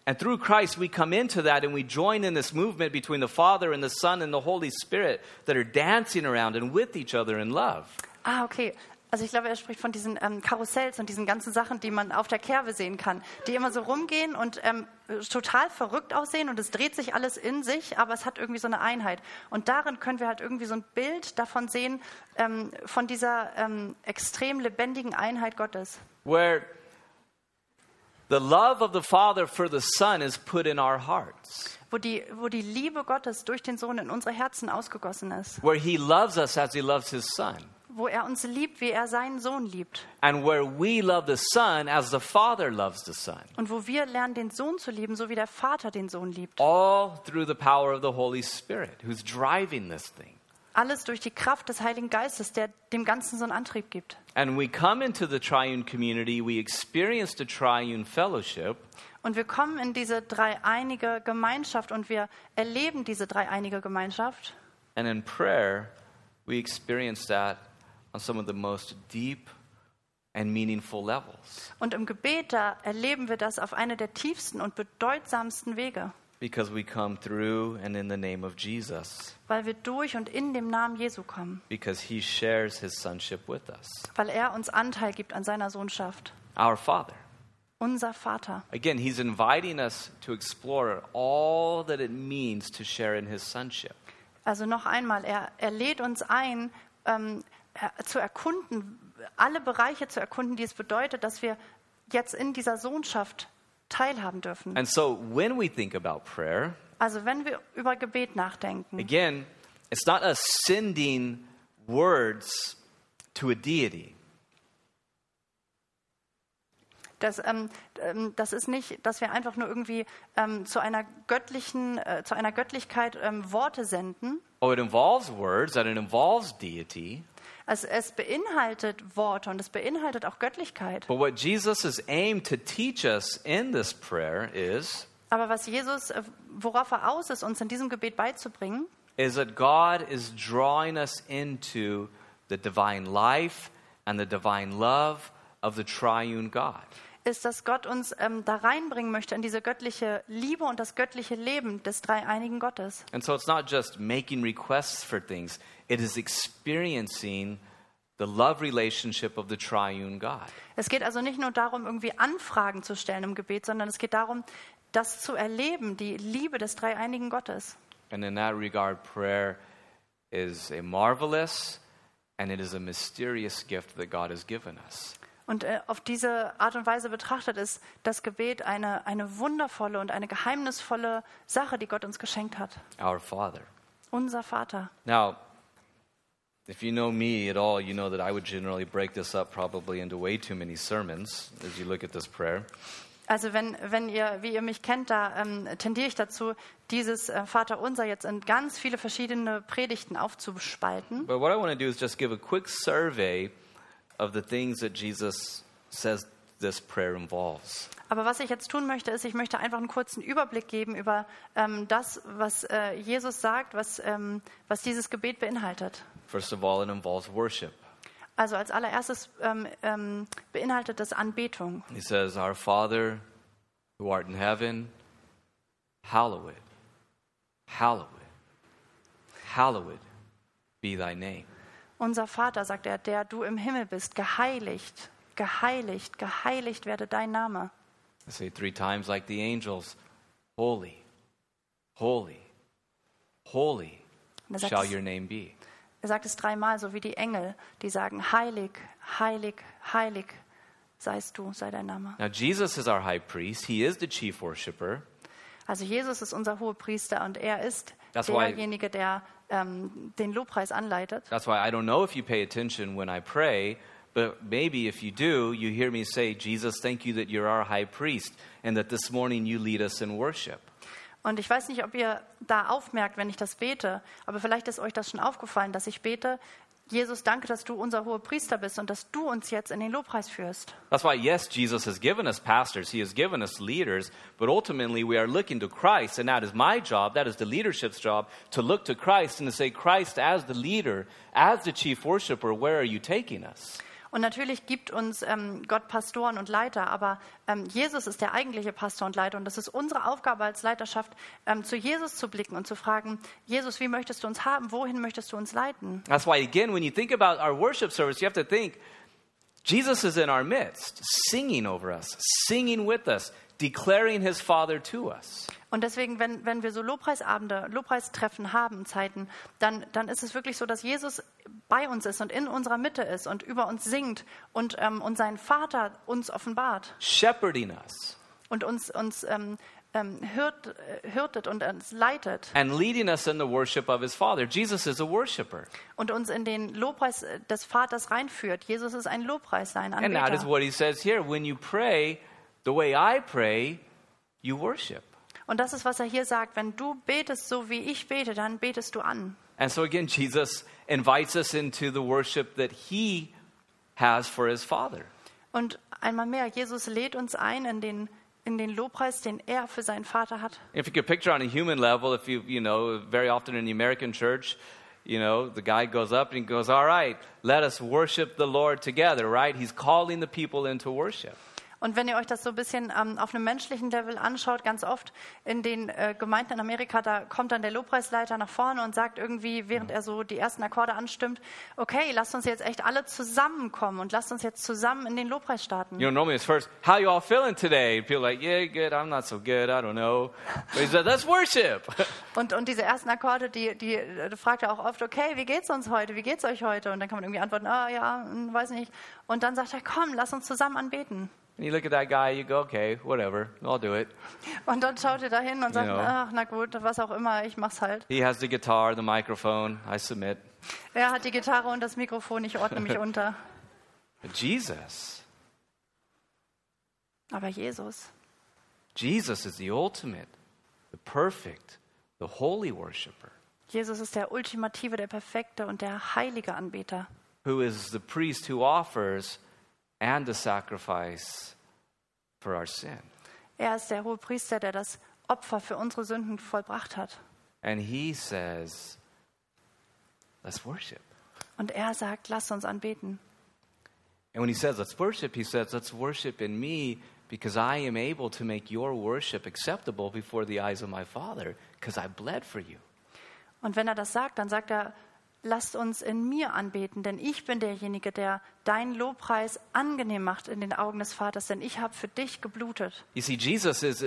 [SPEAKER 1] and through Christ we come into that and we join in this movement between the Father and the Son and the Holy Spirit that are dancing around and with each other in love.
[SPEAKER 2] Ah, okay. Also ich glaube, er spricht von diesen ähm, Karussells und diesen ganzen Sachen, die man auf der Kerbe sehen kann, die immer so rumgehen und ähm, äh, total verrückt aussehen und es dreht sich alles in sich, aber es hat irgendwie so eine Einheit. Und darin können wir halt irgendwie so ein Bild davon sehen, ähm, von dieser ähm, extrem lebendigen Einheit Gottes.
[SPEAKER 1] Where the love of the Father for the Son is put in our hearts,
[SPEAKER 2] Wo die, wo die Liebe Gottes durch den Sohn in unsere Herzen ausgegossen ist.
[SPEAKER 1] where He loves us as He loves His Son,
[SPEAKER 2] Wo er uns liebt, wie er seinen Sohn liebt.
[SPEAKER 1] and where we love the Son as the Father loves the Son,
[SPEAKER 2] Und wo wir lernen, den Sohn zu lieben, so wie der Vater den Sohn liebt.
[SPEAKER 1] all through the power of the Holy Spirit who's driving this thing.
[SPEAKER 2] Alles durch die Kraft des Heiligen Geistes, der dem Ganzen so einen Antrieb gibt.
[SPEAKER 1] And we come into the triune community, we experience the triune fellowship,
[SPEAKER 2] Und wir kommen in diese dreieinige Gemeinschaft und wir erleben diese dreieinige Gemeinschaft.
[SPEAKER 1] and in prayer, we experience that on some of the most deep and meaningful levels
[SPEAKER 2] Und im Gebet, da erleben wir das auf eine der tiefsten und bedeutsamsten Wege,
[SPEAKER 1] because we come through and in the name of Jesus,
[SPEAKER 2] weil wir durch und in dem Namen Jesu kommen,
[SPEAKER 1] because he shares his sonship with us,
[SPEAKER 2] weil er uns Anteil gibt an seiner Sohnschaft.
[SPEAKER 1] our Father.
[SPEAKER 2] Unser Vater.
[SPEAKER 1] Again, he's inviting us to explore all that it means to share in his sonship.
[SPEAKER 2] Also noch einmal, er, er lädt uns ein, äh, ähm, er- zu erkunden, alle Bereiche zu erkunden, die es bedeutet, dass wir jetzt in dieser Sohnschaft teilhaben dürfen.
[SPEAKER 1] And so when we think about prayer,
[SPEAKER 2] Also wenn wir über Gebet nachdenken,
[SPEAKER 1] again, it's not us sending words to a deity.
[SPEAKER 2] das, ähm, ähm, das ist nicht, dass wir einfach nur irgendwie ähm, zu einer göttlichen, äh, zu einer Göttlichkeit ähm, Worte senden.
[SPEAKER 1] Oh, it involves words and it involves deity.
[SPEAKER 2] Also es beinhaltet Worte und es beinhaltet auch Göttlichkeit.
[SPEAKER 1] But what Jesus' aim to teach us in this prayer is,
[SPEAKER 2] Aber was Jesus, äh, worauf er aus ist, uns in diesem Gebet beizubringen,
[SPEAKER 1] is that God is drawing us into the divine life and the divine love of the triune God.
[SPEAKER 2] ist, dass Gott uns ähm, da reinbringen möchte in diese göttliche Liebe und das göttliche Leben des dreieinigen Gottes.
[SPEAKER 1] And so it's not just making requests for things, it is experiencing the love relationship of the triune God.
[SPEAKER 2] Es geht also nicht nur darum, irgendwie Anfragen zu stellen im Gebet, sondern es geht darum, das zu erleben, die Liebe des dreieinigen Gottes.
[SPEAKER 1] And in that regard, prayer is a marvelous and it is a mysterious gift that God has given us.
[SPEAKER 2] Und äh, auf diese Art und Weise betrachtet ist das Gebet eine, eine wundervolle und eine geheimnisvolle Sache, die Gott uns geschenkt hat.
[SPEAKER 1] Our Father.
[SPEAKER 2] Unser Vater.
[SPEAKER 1] Now, if you know me at all, you know that I would generally break this up probably into way too many sermons as you look at this prayer.
[SPEAKER 2] Also wenn, wenn ihr, wie ihr mich kennt, da ähm, tendiere ich dazu, dieses äh, Vaterunser jetzt in ganz viele verschiedene Predigten aufzuspalten.
[SPEAKER 1] But what I want to do is just give a quick survey of the things that Jesus says this prayer involves.
[SPEAKER 2] Aber was ich jetzt tun möchte, ist, ich möchte einfach einen kurzen Überblick geben über ähm, das, was äh, Jesus sagt, was, ähm, was dieses Gebet beinhaltet.
[SPEAKER 1] First of all, it involves worship.
[SPEAKER 2] Also als allererstes ähm, ähm, beinhaltet das Anbetung.
[SPEAKER 1] He says, Our Father who art in heaven, hallowed, hallowed, hallowed be thy name.
[SPEAKER 2] Unser Vater, sagt er, der du im Himmel bist, geheiligt, geheiligt, geheiligt werde dein Name.
[SPEAKER 1] I say three times like the angels, Holy, holy, holy
[SPEAKER 2] Und er sagt,
[SPEAKER 1] shall
[SPEAKER 2] es,
[SPEAKER 1] your name be.
[SPEAKER 2] er sagt es dreimal, so wie die Engel, die sagen, heilig, heilig, heilig seist du, sei dein Name.
[SPEAKER 1] Now, Jesus is our high priest, he is the chief worshiper.
[SPEAKER 2] Also Jesus ist unser Hohepriester und er ist
[SPEAKER 1] Das war-
[SPEAKER 2] derjenige, der ähm, den Lobpreis anleitet.
[SPEAKER 1] That's why I don't know if you pay attention when I pray, but maybe if you do, you hear me say, Jesus, thank you that you're our high priest and that this morning you lead us in worship.
[SPEAKER 2] Und ich weiß nicht, ob ihr da aufmerkt, wenn ich das bete, aber vielleicht ist euch das schon aufgefallen, dass ich bete, Jesus, danke, dass du unser hoher Priester bist und dass du uns jetzt in den Lobpreis führst.
[SPEAKER 1] That's why, yes, Jesus has given us pastors, He has given us leaders, but ultimately we are looking to Christ, and that is my job, that is the leadership's job, to look to Christ and to say, Christ, as the leader, as the chief worshiper, where are you taking us?
[SPEAKER 2] Und natürlich gibt uns ähm, Gott Pastoren und Leiter, aber ähm, Jesus ist der eigentliche Pastor und Leiter. Und das ist unsere Aufgabe als Leiterschaft, ähm, zu Jesus zu blicken und zu fragen, Jesus, wie möchtest du uns haben? Wohin möchtest du uns leiten?
[SPEAKER 1] That's why, again, when you think about our worship service, you have to think Jesus is in our midst, singing over us, singing with us, declaring his Father to us.
[SPEAKER 2] Und deswegen, wenn, wenn wir so Lobpreisabende, Lobpreistreffen haben, Zeiten, dann, dann ist es wirklich so, dass Jesus bei uns ist und in unserer Mitte ist und über uns singt und, ähm, und seinen Vater uns offenbart
[SPEAKER 1] Shepherding us
[SPEAKER 2] und uns, uns ähm, ähm, hirt, äh, hirtet und uns leitet
[SPEAKER 1] and leading us in the worship of his Father. Jesus is a worshiper,
[SPEAKER 2] und uns in den Lobpreis äh, des Vaters reinführt. Jesus ist ein Lobpreis, sein
[SPEAKER 1] and that is
[SPEAKER 2] Anbeter.
[SPEAKER 1] what he says here. When you pray, the way I pray, you worship.
[SPEAKER 2] Und das ist, was er hier sagt. Wenn du betest, so wie ich bete, dann betest du an.
[SPEAKER 1] And so, again, Jesus invites us into the worship that he has for his Father.
[SPEAKER 2] Und einmal mehr, Jesus lädt uns ein in den, in den Lobpreis, den er für seinen Vater hat.
[SPEAKER 1] If you could picture on a human level, if you, you know, very often in the American church, you know, the guy goes up and he goes, All right, let us worship the Lord together, right? He's calling the people into worship.
[SPEAKER 2] Und wenn ihr euch das so ein bisschen ähm, auf einem menschlichen Level anschaut, ganz oft in den äh, Gemeinden in Amerika, da kommt dann der Lobpreisleiter nach vorne und sagt irgendwie, während er so die ersten Akkorde anstimmt, okay, lasst uns jetzt echt alle zusammenkommen und lasst uns jetzt zusammen in den Lobpreis starten.
[SPEAKER 1] You know, normally it's first, How you all feeling today? People are like, Yeah, good. I'm not so good. I don't know. But he said, Let's worship.
[SPEAKER 2] Und, und diese ersten Akkorde, die, die äh, fragt er auch oft, okay, wie geht's uns heute, wie geht's euch heute? Und dann kann man irgendwie antworten, ah ja, hm, weiß nicht. Und dann sagt er, komm, lass uns zusammen anbeten.
[SPEAKER 1] And And you look at that guy, you go, okay, whatever, I'll do it.
[SPEAKER 2] Und dann schaut ihr dahin und sagt,
[SPEAKER 1] You know.
[SPEAKER 2] ach, na gut, was auch immer, ich mach's halt.
[SPEAKER 1] He has the guitar, the microphone, I submit.
[SPEAKER 2] Er hat die Gitarre und das Mikrofon, ich ordne mich unter.
[SPEAKER 1] But Jesus,
[SPEAKER 2] Aber Jesus,
[SPEAKER 1] Jesus is the ultimate, the perfect, the holy worshiper,
[SPEAKER 2] Jesus ist der ultimative, der perfekte und der heilige Anbeter.
[SPEAKER 1] who is the priest who offers and the sacrifice for our sin.
[SPEAKER 2] Er ist der hohe Priester, der das Opfer für unsere Sünden vollbracht hat.
[SPEAKER 1] And he says, let's worship.
[SPEAKER 2] Und er sagt, lasst uns anbeten.
[SPEAKER 1] And when he says, let's worship, he says, let's worship in me because I am able to make your worship acceptable before the eyes of my Father because I bled for you.
[SPEAKER 2] Und wenn er das sagt, dann sagt er, lasst uns in mir anbeten, denn ich bin derjenige, der deinen Lobpreis angenehm macht in den Augen des Vaters, denn ich habe für dich geblutet.
[SPEAKER 1] You see, Jesus is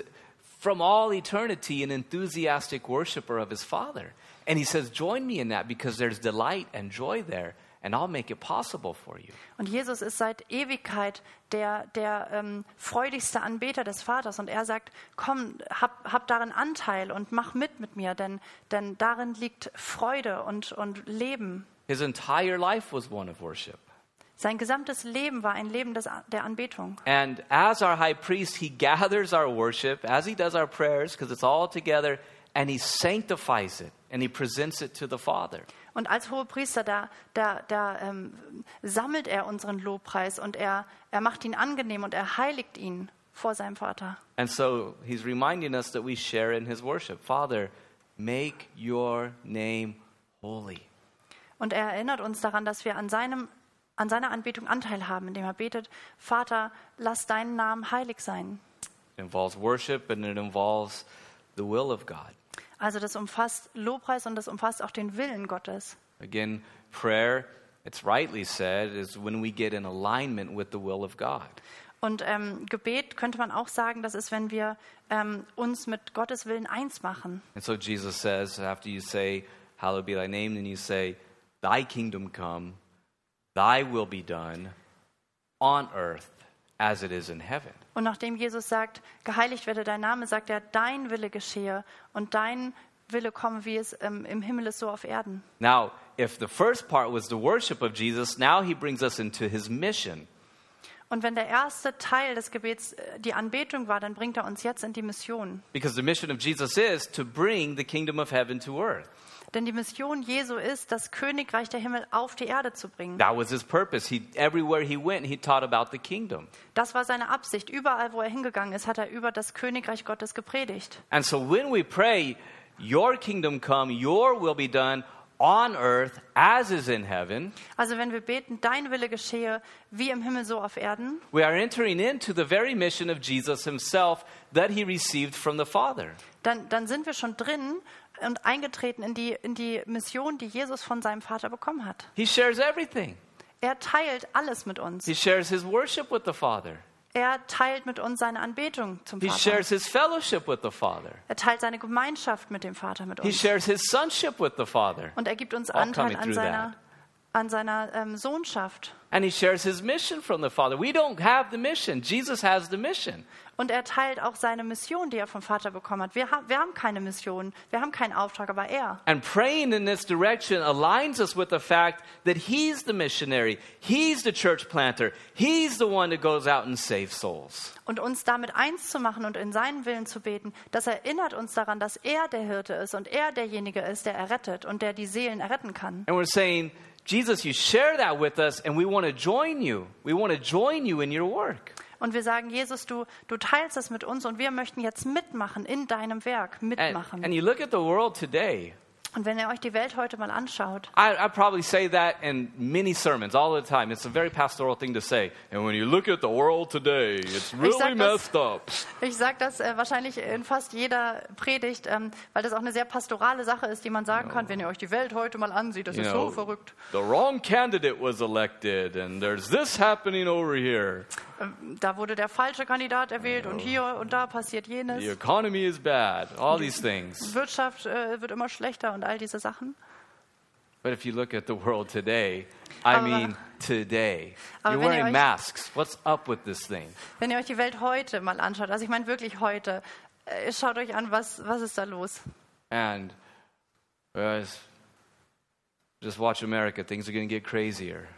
[SPEAKER 1] from all eternity an enthusiastic worshiper of his Father. And he says, join me in that because there's delight and joy there and I'll make it possible for you.
[SPEAKER 2] Und Jesus ist seit Ewigkeit der, der ähm, freudigste Anbeter des Vaters. Und er sagt, komm, hab, hab darin Anteil und mach mit mit mir, denn, denn darin liegt Freude und, und Leben.
[SPEAKER 1] His entire life was one of worship.
[SPEAKER 2] Sein gesamtes Leben war ein Leben des, der Anbetung.
[SPEAKER 1] And as our high priest, he gathers our worship as he does our prayers because it's all together and he sanctifies it and he presents it to the Father.
[SPEAKER 2] Und als Hohepriester, da, da, da ähm, sammelt er unseren Lobpreis und er, er macht ihn angenehm und er heiligt ihn vor seinem Vater.
[SPEAKER 1] And so he's reminding us that we share in his worship. Father, make your name holy.
[SPEAKER 2] Und er erinnert uns daran, dass wir an, seinem, an seiner Anbetung Anteil haben, indem er betet, Vater, lass deinen Namen heilig sein.
[SPEAKER 1] It involves worship and it involves the will of God.
[SPEAKER 2] Also das umfasst Lobpreis und das umfasst auch den Willen Gottes.
[SPEAKER 1] Again, prayer, it's rightly said, is when we get in alignment with the will of God.
[SPEAKER 2] Und ähm, Gebet könnte man auch sagen, das ist, wenn wir ähm, uns mit Gottes Willen eins machen.
[SPEAKER 1] And so Jesus says, after you say, Hallowed be thy name, then you say, Thy kingdom come, thy will be done on earth as it is in heaven.
[SPEAKER 2] Und nachdem Jesus sagt, geheiligt werde dein Name, sagt er, dein Wille geschehe und dein Wille komme, wie es ähm, im Himmel ist, so auf Erden.
[SPEAKER 1] Now, if the first part was the worship of Jesus, now he brings us into his mission.
[SPEAKER 2] Und wenn der erste Teil des Gebets äh, die Anbetung war, dann bringt er uns jetzt in die Mission.
[SPEAKER 1] Because the mission of Jesus is to bring the kingdom of heaven to earth.
[SPEAKER 2] Denn die Mission Jesu ist, das Königreich der Himmel auf die Erde zu bringen.
[SPEAKER 1] That was his purpose. He, everywhere he went, he taught about the kingdom.
[SPEAKER 2] Das war seine Absicht. Überall, wo er hingegangen ist, hat er über das Königreich Gottes gepredigt.
[SPEAKER 1] And so when we pray, Your kingdom come, your will be done on earth as is in heaven,
[SPEAKER 2] Also wenn wir beten, dein Wille geschehe, wie im Himmel so auf Erden,
[SPEAKER 1] we are entering into the very mission of Jesus himself that he received from the Father.
[SPEAKER 2] dann, dann sind wir schon drin und eingetreten in die, in die Mission, die Jesus von seinem Vater bekommen hat.
[SPEAKER 1] He shares everything,
[SPEAKER 2] Er teilt alles mit uns.
[SPEAKER 1] he shares his worship with the Father,
[SPEAKER 2] Er teilt mit uns seine Anbetung zum
[SPEAKER 1] he
[SPEAKER 2] Vater.
[SPEAKER 1] shares his fellowship with the Father,
[SPEAKER 2] Er teilt seine Gemeinschaft mit dem Vater mit
[SPEAKER 1] he
[SPEAKER 2] uns.
[SPEAKER 1] shares his sonship with the Father,
[SPEAKER 2] Und er gibt uns
[SPEAKER 1] All
[SPEAKER 2] Anteil
[SPEAKER 1] coming
[SPEAKER 2] an
[SPEAKER 1] through
[SPEAKER 2] seiner,
[SPEAKER 1] that.
[SPEAKER 2] an seiner ähm, Sohnschaft.
[SPEAKER 1] and he shares his mission from the Father. We don't have the mission, Jesus has the mission.
[SPEAKER 2] Und er teilt auch seine Mission, die er vom Vater bekommen hat. Wir, haben wir haben keine Mission, wir haben keinen Auftrag, aber er.
[SPEAKER 1] And praying in this direction aligns us with the fact that He's the missionary, He's the church planter, He's the one that goes out and saves souls.
[SPEAKER 2] Und uns damit eins zu machen und in seinen Willen zu beten, das erinnert uns daran, dass er der Hirte ist und er derjenige ist, der errettet und der die Seelen erretten kann.
[SPEAKER 1] And we're saying, Jesus, you share that with us, and we want to join you. We want to join you in your work.
[SPEAKER 2] Und wir sagen, Jesus, du, du teilst es mit uns und wir möchten jetzt mitmachen in deinem Werk,
[SPEAKER 1] And,
[SPEAKER 2] mitmachen.
[SPEAKER 1] and you look at the world today,
[SPEAKER 2] und wenn ihr euch die Welt heute mal anschaut,
[SPEAKER 1] I, I probably say that in many sermons all the time. It's a very pastoral thing to say. And when you look at the world today, it's really
[SPEAKER 2] sag das-
[SPEAKER 1] messed up.
[SPEAKER 2] ich sage das äh, wahrscheinlich in fast jeder Predigt, ähm, weil das auch eine sehr pastorale Sache ist, die man sagen kann, wenn ihr euch die Welt heute mal ansieht, das
[SPEAKER 1] you
[SPEAKER 2] ist
[SPEAKER 1] know,
[SPEAKER 2] so verrückt.
[SPEAKER 1] the wrong candidate was elected, and there's this happening over here.
[SPEAKER 2] Ähm, da wurde der falsche Kandidat erwählt und hier und da passiert jenes.
[SPEAKER 1] The economy is bad, all these things.
[SPEAKER 2] Wirtschaft äh, wird immer schlechter und all diese Sachen.
[SPEAKER 1] But if you look at the world today, I
[SPEAKER 2] Aber-
[SPEAKER 1] mean today,
[SPEAKER 2] Aber
[SPEAKER 1] you're
[SPEAKER 2] wenn ihr
[SPEAKER 1] wearing
[SPEAKER 2] euch-
[SPEAKER 1] masks. What's up with this thing?
[SPEAKER 2] Wenn ihr euch die Welt heute mal anschaut, also ich meine wirklich heute, äh, schaut euch an, was, was ist da los?
[SPEAKER 1] And uh, just watch America. Things are going to get crazier.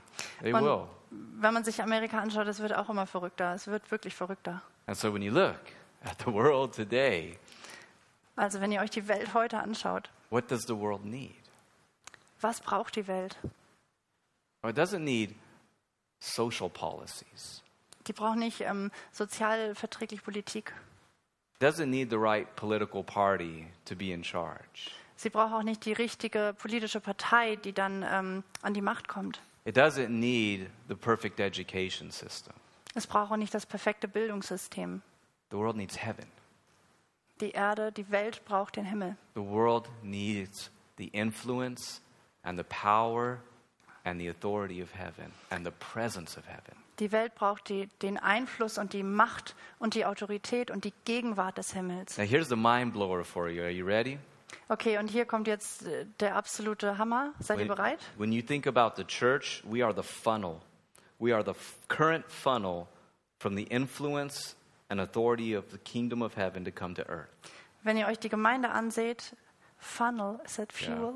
[SPEAKER 1] They
[SPEAKER 2] Man-
[SPEAKER 1] will.
[SPEAKER 2] Wenn man sich Amerika anschaut, es wird auch immer verrückter. Es wird wirklich verrückter.
[SPEAKER 1] And so when you look at the world today,
[SPEAKER 2] Also wenn ihr euch die Welt heute anschaut,
[SPEAKER 1] what does the world need?
[SPEAKER 2] was braucht die Welt?
[SPEAKER 1] Well, it doesn't need social policies.
[SPEAKER 2] Die braucht nicht ähm, sozial verträgliche Politik.
[SPEAKER 1] It doesn't need the right political party to be in charge.
[SPEAKER 2] Sie braucht auch nicht die richtige politische Partei, die dann ähm, an die Macht kommt.
[SPEAKER 1] It doesn't need the perfect education system.
[SPEAKER 2] Es braucht auch nicht das perfekte Bildungssystem.
[SPEAKER 1] The world needs heaven.
[SPEAKER 2] Die Erde, die Welt braucht den Himmel.
[SPEAKER 1] The world needs the influence and the power and the authority of heaven and the presence of heaven.
[SPEAKER 2] Die Welt braucht die, den Einfluss und die Macht und die Autorität und die Gegenwart des Himmels.
[SPEAKER 1] Now, here's the mind blower for you. Are you ready?
[SPEAKER 2] Okay, und hier kommt jetzt äh, der absolute Hammer. Seid ihr
[SPEAKER 1] When-
[SPEAKER 2] bereit?
[SPEAKER 1] When you think about the church, we are the funnel. We are the f- current funnel from the influence and authority of the kingdom of heaven to come to earth.
[SPEAKER 2] Wenn ihr euch die Gemeinde anseht, Funnel, is that
[SPEAKER 1] Ja.
[SPEAKER 2] fuel?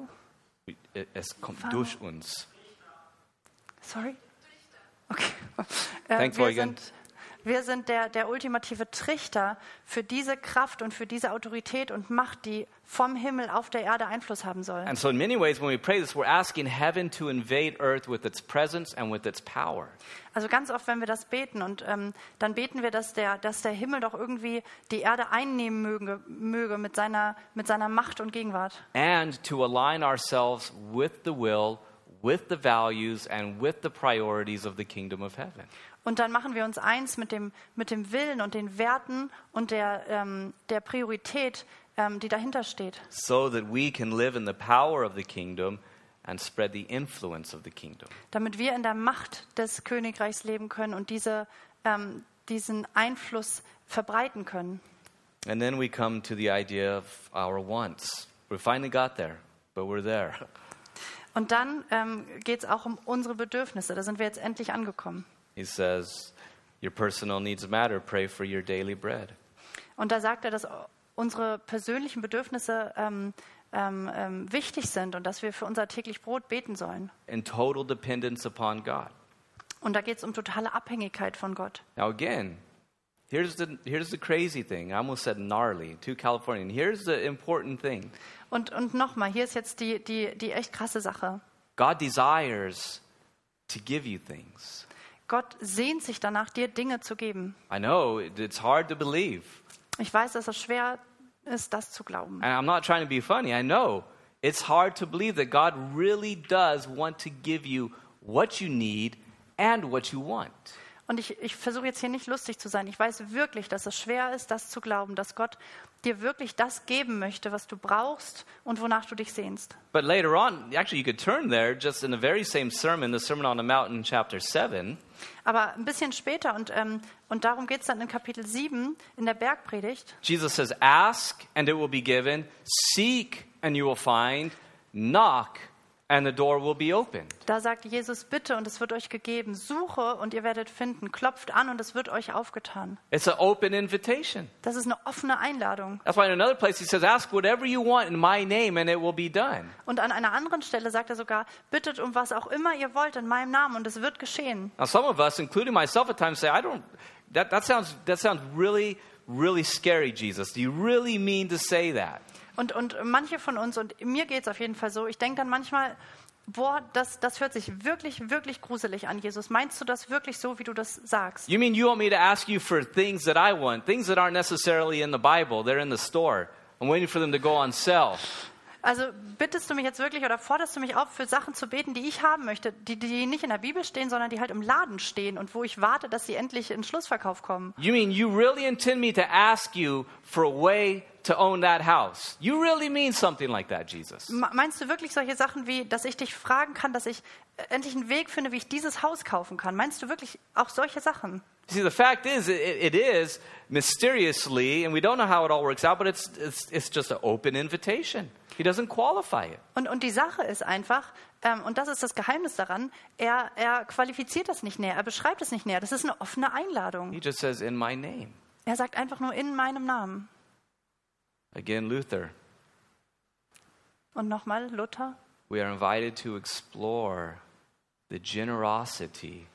[SPEAKER 1] We- it- Es kommt
[SPEAKER 2] Funnel.
[SPEAKER 1] durch uns.
[SPEAKER 2] Sorry? Okay. Äh,
[SPEAKER 1] Thanks,
[SPEAKER 2] wir,
[SPEAKER 1] Eugen.
[SPEAKER 2] sind, wir sind der, der ultimative Trichter für diese Kraft und für diese Autorität und Macht, die vom Himmel auf der Erde Einfluss haben soll.
[SPEAKER 1] And so, in many ways, when we pray this, we're asking heaven to invade earth with its presence and with its power.
[SPEAKER 2] Also ganz oft, wenn wir das beten und ähm, dann beten wir, dass der, dass der Himmel doch irgendwie die Erde einnehmen möge, möge mit, seiner, mit seiner Macht und Gegenwart.
[SPEAKER 1] and to align ourselves with the will, with the values, and with the priorities of the kingdom of heaven.
[SPEAKER 2] Und dann machen wir uns eins mit dem, mit dem Willen und den Werten und der, ähm, der Priorität, ähm, die dahinter steht.
[SPEAKER 1] So that we can live in the power of the kingdom and spread the influence of the kingdom.
[SPEAKER 2] damit wir in der Macht des Königreichs leben können und diese, ähm, diesen Einfluss verbreiten können.
[SPEAKER 1] And then we come to the idea of our wants. We finally got there, but we're there.
[SPEAKER 2] Und dann ähm, geht es auch um unsere Bedürfnisse. Da sind wir jetzt endlich angekommen.
[SPEAKER 1] He says, Your personal needs matter. Pray for your daily bread.
[SPEAKER 2] Und da sagt er, dass unsere persönlichen Bedürfnisse ähm, ähm, ähm, wichtig sind und dass wir für unser täglich Brot beten sollen.
[SPEAKER 1] In total dependence upon God.
[SPEAKER 2] Und da geht es um totale Abhängigkeit von Gott.
[SPEAKER 1] Now again, here's the here's the crazy thing. I almost said gnarly, too Californian. Here's the important thing.
[SPEAKER 2] Und, und nochmal, hier ist jetzt die, die, die echt krasse Sache.
[SPEAKER 1] God desires to give you things.
[SPEAKER 2] Gott sehnt sich danach, dir Dinge zu geben.
[SPEAKER 1] I know it- it's hard to believe.
[SPEAKER 2] Ich weiß, dass es schwer ist, das zu glauben.
[SPEAKER 1] And I'm not trying to be funny. I know it's hard to believe that God really does want to give you what you need and what you want.
[SPEAKER 2] Und ich, ich versuche jetzt hier nicht lustig zu sein. Ich weiß wirklich, dass es schwer ist, das zu glauben, dass Gott dir wirklich das geben möchte, was du brauchst und wonach du dich sehnst.
[SPEAKER 1] But later on, actually, you could turn there just in the very same sermon, the Sermon on the Mount in chapter 7.
[SPEAKER 2] Aber ein bisschen später, und, ähm, und darum geht es dann in Kapitel 7 in der Bergpredigt,
[SPEAKER 1] Jesus says, Ask and it will be given, seek and you will find, knock and the door will be opened.
[SPEAKER 2] da sagt Jesus, bitte und es wird euch gegeben, suche und ihr werdet finden, klopft an und es wird euch aufgetan.
[SPEAKER 1] It's an open invitation.
[SPEAKER 2] Das ist eine offene Einladung.
[SPEAKER 1] That's why in another place he says, Ask whatever you want in my name and it will be done.
[SPEAKER 2] Und an einer anderen Stelle sagt er sogar, bittet um was auch immer ihr wollt in meinem Namen und es wird geschehen.
[SPEAKER 1] Now, some of us, including myself at times, say, I don't, that, that, sounds, that sounds really, really scary, Jesus. Do you really mean to say that?
[SPEAKER 2] Und, und manche von uns, und mir geht es auf jeden Fall so, ich denke dann manchmal, boah, das, das hört sich wirklich, wirklich gruselig an, Jesus. Meinst du das wirklich so, wie du das sagst?
[SPEAKER 1] You mean you want me to ask you for things that I want, things that aren't necessarily in the Bible, they're in the store. I'm waiting for them to go on sale.
[SPEAKER 2] Also bittest du mich jetzt wirklich oder forderst du mich auf, für Sachen zu beten, die ich haben möchte, die, die nicht in der Bibel stehen, sondern die halt im Laden stehen und wo ich warte, dass sie endlich in Schlussverkauf kommen.
[SPEAKER 1] You mean you really intend me to ask you for a way to own that house? You really mean something like that, Jesus?
[SPEAKER 2] Me- Meinst du wirklich solche Sachen wie, dass ich dich fragen kann, dass ich äh, endlich einen Weg finde, wie ich dieses Haus kaufen kann? Meinst du wirklich auch solche Sachen?
[SPEAKER 1] See, the fact is, it, it is mysteriously, and we don't know how it all works out, but it's, it's, it's just an open invitation. He doesn't qualify it.
[SPEAKER 2] Und, und die Sache ist einfach, Ähm, und das ist das Geheimnis daran. Er, er qualifiziert das nicht näher, er beschreibt es nicht näher. Das ist eine offene Einladung.
[SPEAKER 1] He just says, in my name.
[SPEAKER 2] Er sagt einfach nur in meinem Namen.
[SPEAKER 1] Again, Luther,
[SPEAKER 2] Und nochmal, Luther,
[SPEAKER 1] we are invited to explore the generosity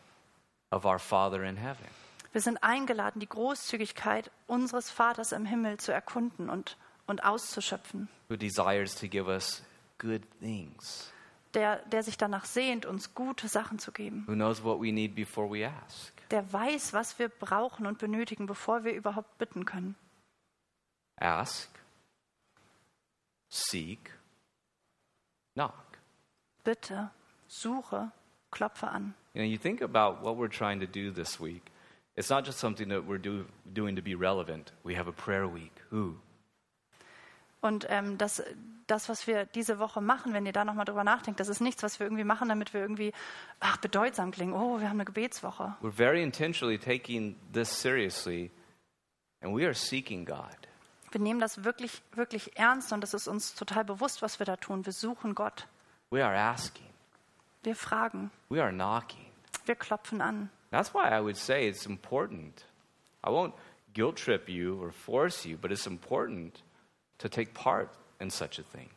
[SPEAKER 1] of our Father in heaven.
[SPEAKER 2] wir sind eingeladen, die Großzügigkeit unseres Vaters im Himmel zu erkunden und, und auszuschöpfen.
[SPEAKER 1] who desires to give us good things,
[SPEAKER 2] Der, der sich danach sehnt, uns gute Sachen zu geben.
[SPEAKER 1] who knows what we need before we ask.
[SPEAKER 2] Der weiß, was wir brauchen und benötigen, bevor wir überhaupt bitten können.
[SPEAKER 1] Ask, seek, knock.
[SPEAKER 2] Bitte, suche, klopfe an.
[SPEAKER 1] You know, you think about what we're trying to do this week. It's not just something that we're do, doing to be relevant. We have a prayer week. Ooh.
[SPEAKER 2] Und ähm, das, das, was wir diese Woche machen, wenn ihr da nochmal drüber nachdenkt, das ist nichts, was wir irgendwie machen, damit wir irgendwie ach, bedeutsam klingen. Oh, wir haben eine Gebetswoche.
[SPEAKER 1] We're very intentionally taking this seriously, and we are seeking God.
[SPEAKER 2] Wir nehmen das wirklich, wirklich ernst und es ist uns total bewusst, was wir da tun. Wir suchen Gott.
[SPEAKER 1] We are asking.
[SPEAKER 2] Wir fragen.
[SPEAKER 1] We are knocking.
[SPEAKER 2] Wir klopfen an.
[SPEAKER 1] That's why I would say it's important. I won't guilt trip you or force you, but it's important to take part in such a thing.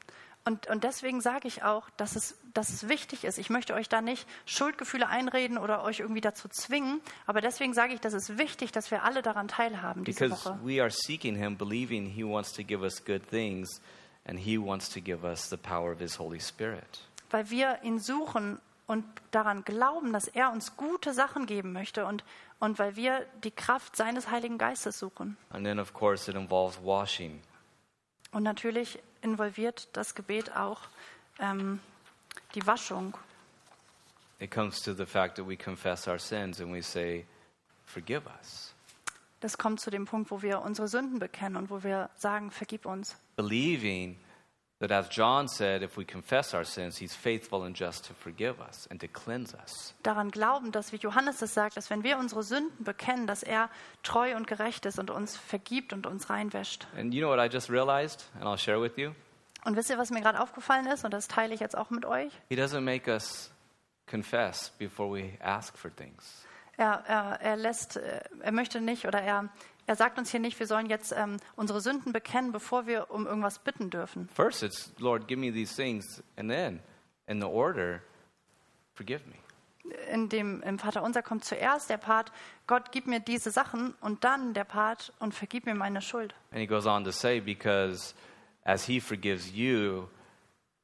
[SPEAKER 2] Und, und deswegen sage ich auch, dass es, dass es wichtig ist. Ich möchte euch da nicht Schuldgefühle einreden oder euch irgendwie dazu zwingen, aber deswegen sage ich, dass es wichtig, dass wir alle daran teilhaben diese
[SPEAKER 1] Because
[SPEAKER 2] Woche.
[SPEAKER 1] we are seeking Him, believing He wants to give us good things, and He wants to give us the power of His Holy Spirit.
[SPEAKER 2] Weil wir ihn suchen und daran glauben, dass er uns gute Sachen geben möchte und, und weil wir die Kraft seines Heiligen Geistes suchen.
[SPEAKER 1] And then, of course, it involves washing.
[SPEAKER 2] Und natürlich involviert das Gebet auch ähm, die Waschung.
[SPEAKER 1] It comes to the fact that we confess our sins and we say, Forgive us.
[SPEAKER 2] Das kommt zu dem Punkt, wo wir unsere Sünden bekennen und wo wir sagen, vergib uns.
[SPEAKER 1] Believing that, as John said, if we confess our sins, He's faithful and just to forgive us and to cleanse us.
[SPEAKER 2] daran glauben, dass wie Johannes es sagt, dass wenn wir unsere Sünden bekennen, dass er treu und gerecht ist und uns vergibt und uns reinwäscht.
[SPEAKER 1] And you know what I just realized, and I'll share with you?
[SPEAKER 2] Und wisst ihr, was mir gerade aufgefallen ist und das teile ich jetzt auch mit euch?
[SPEAKER 1] He doesn't make us confess before we ask for things.
[SPEAKER 2] Er, er, er lässt, äh, er möchte nicht oder er, er sagt uns hier nicht, wir sollen jetzt ähm, unsere Sünden bekennen, bevor wir um irgendwas bitten dürfen.
[SPEAKER 1] First, it's Lord, give me these things, and then, in the order, forgive me.
[SPEAKER 2] In dem, Im Vaterunser kommt zuerst der Part, Gott gib mir diese Sachen und dann der Part und vergib mir meine Schuld.
[SPEAKER 1] And he goes on to say, because as he forgives you,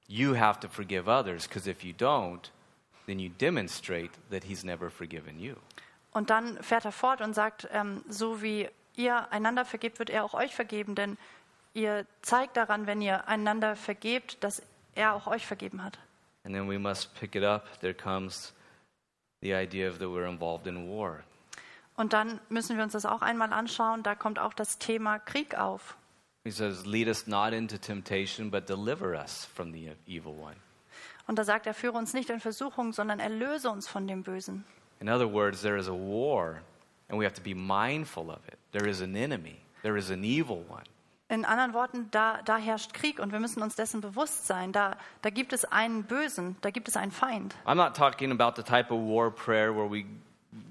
[SPEAKER 1] you have to forgive others, because if you don't, then you demonstrate that he's never forgiven you.
[SPEAKER 2] Und dann fährt er fort und sagt, ähm, so wie ihr einander vergebt, wird er auch euch vergeben, denn ihr zeigt daran, wenn ihr einander vergebt, dass er auch euch vergeben hat.
[SPEAKER 1] And then we must pick it up. There comes the idea of that we're involved in war.
[SPEAKER 2] Und dann müssen wir uns das auch einmal anschauen, da kommt auch das Thema Krieg auf.
[SPEAKER 1] He says, Lead us not into temptation, but deliver us from the evil one.
[SPEAKER 2] Und da sagt er, führe uns nicht in Versuchung, sondern erlöse uns von dem Bösen.
[SPEAKER 1] In other words, there is a war, and we have to be mindful of it. There is an enemy, there is an evil one.
[SPEAKER 2] In anderen Worten, da, da herrscht Krieg und wir müssen uns dessen bewusst sein. Da, da gibt es einen Bösen, da gibt es einen Feind.
[SPEAKER 1] I'm not talking about the type of war prayer where we,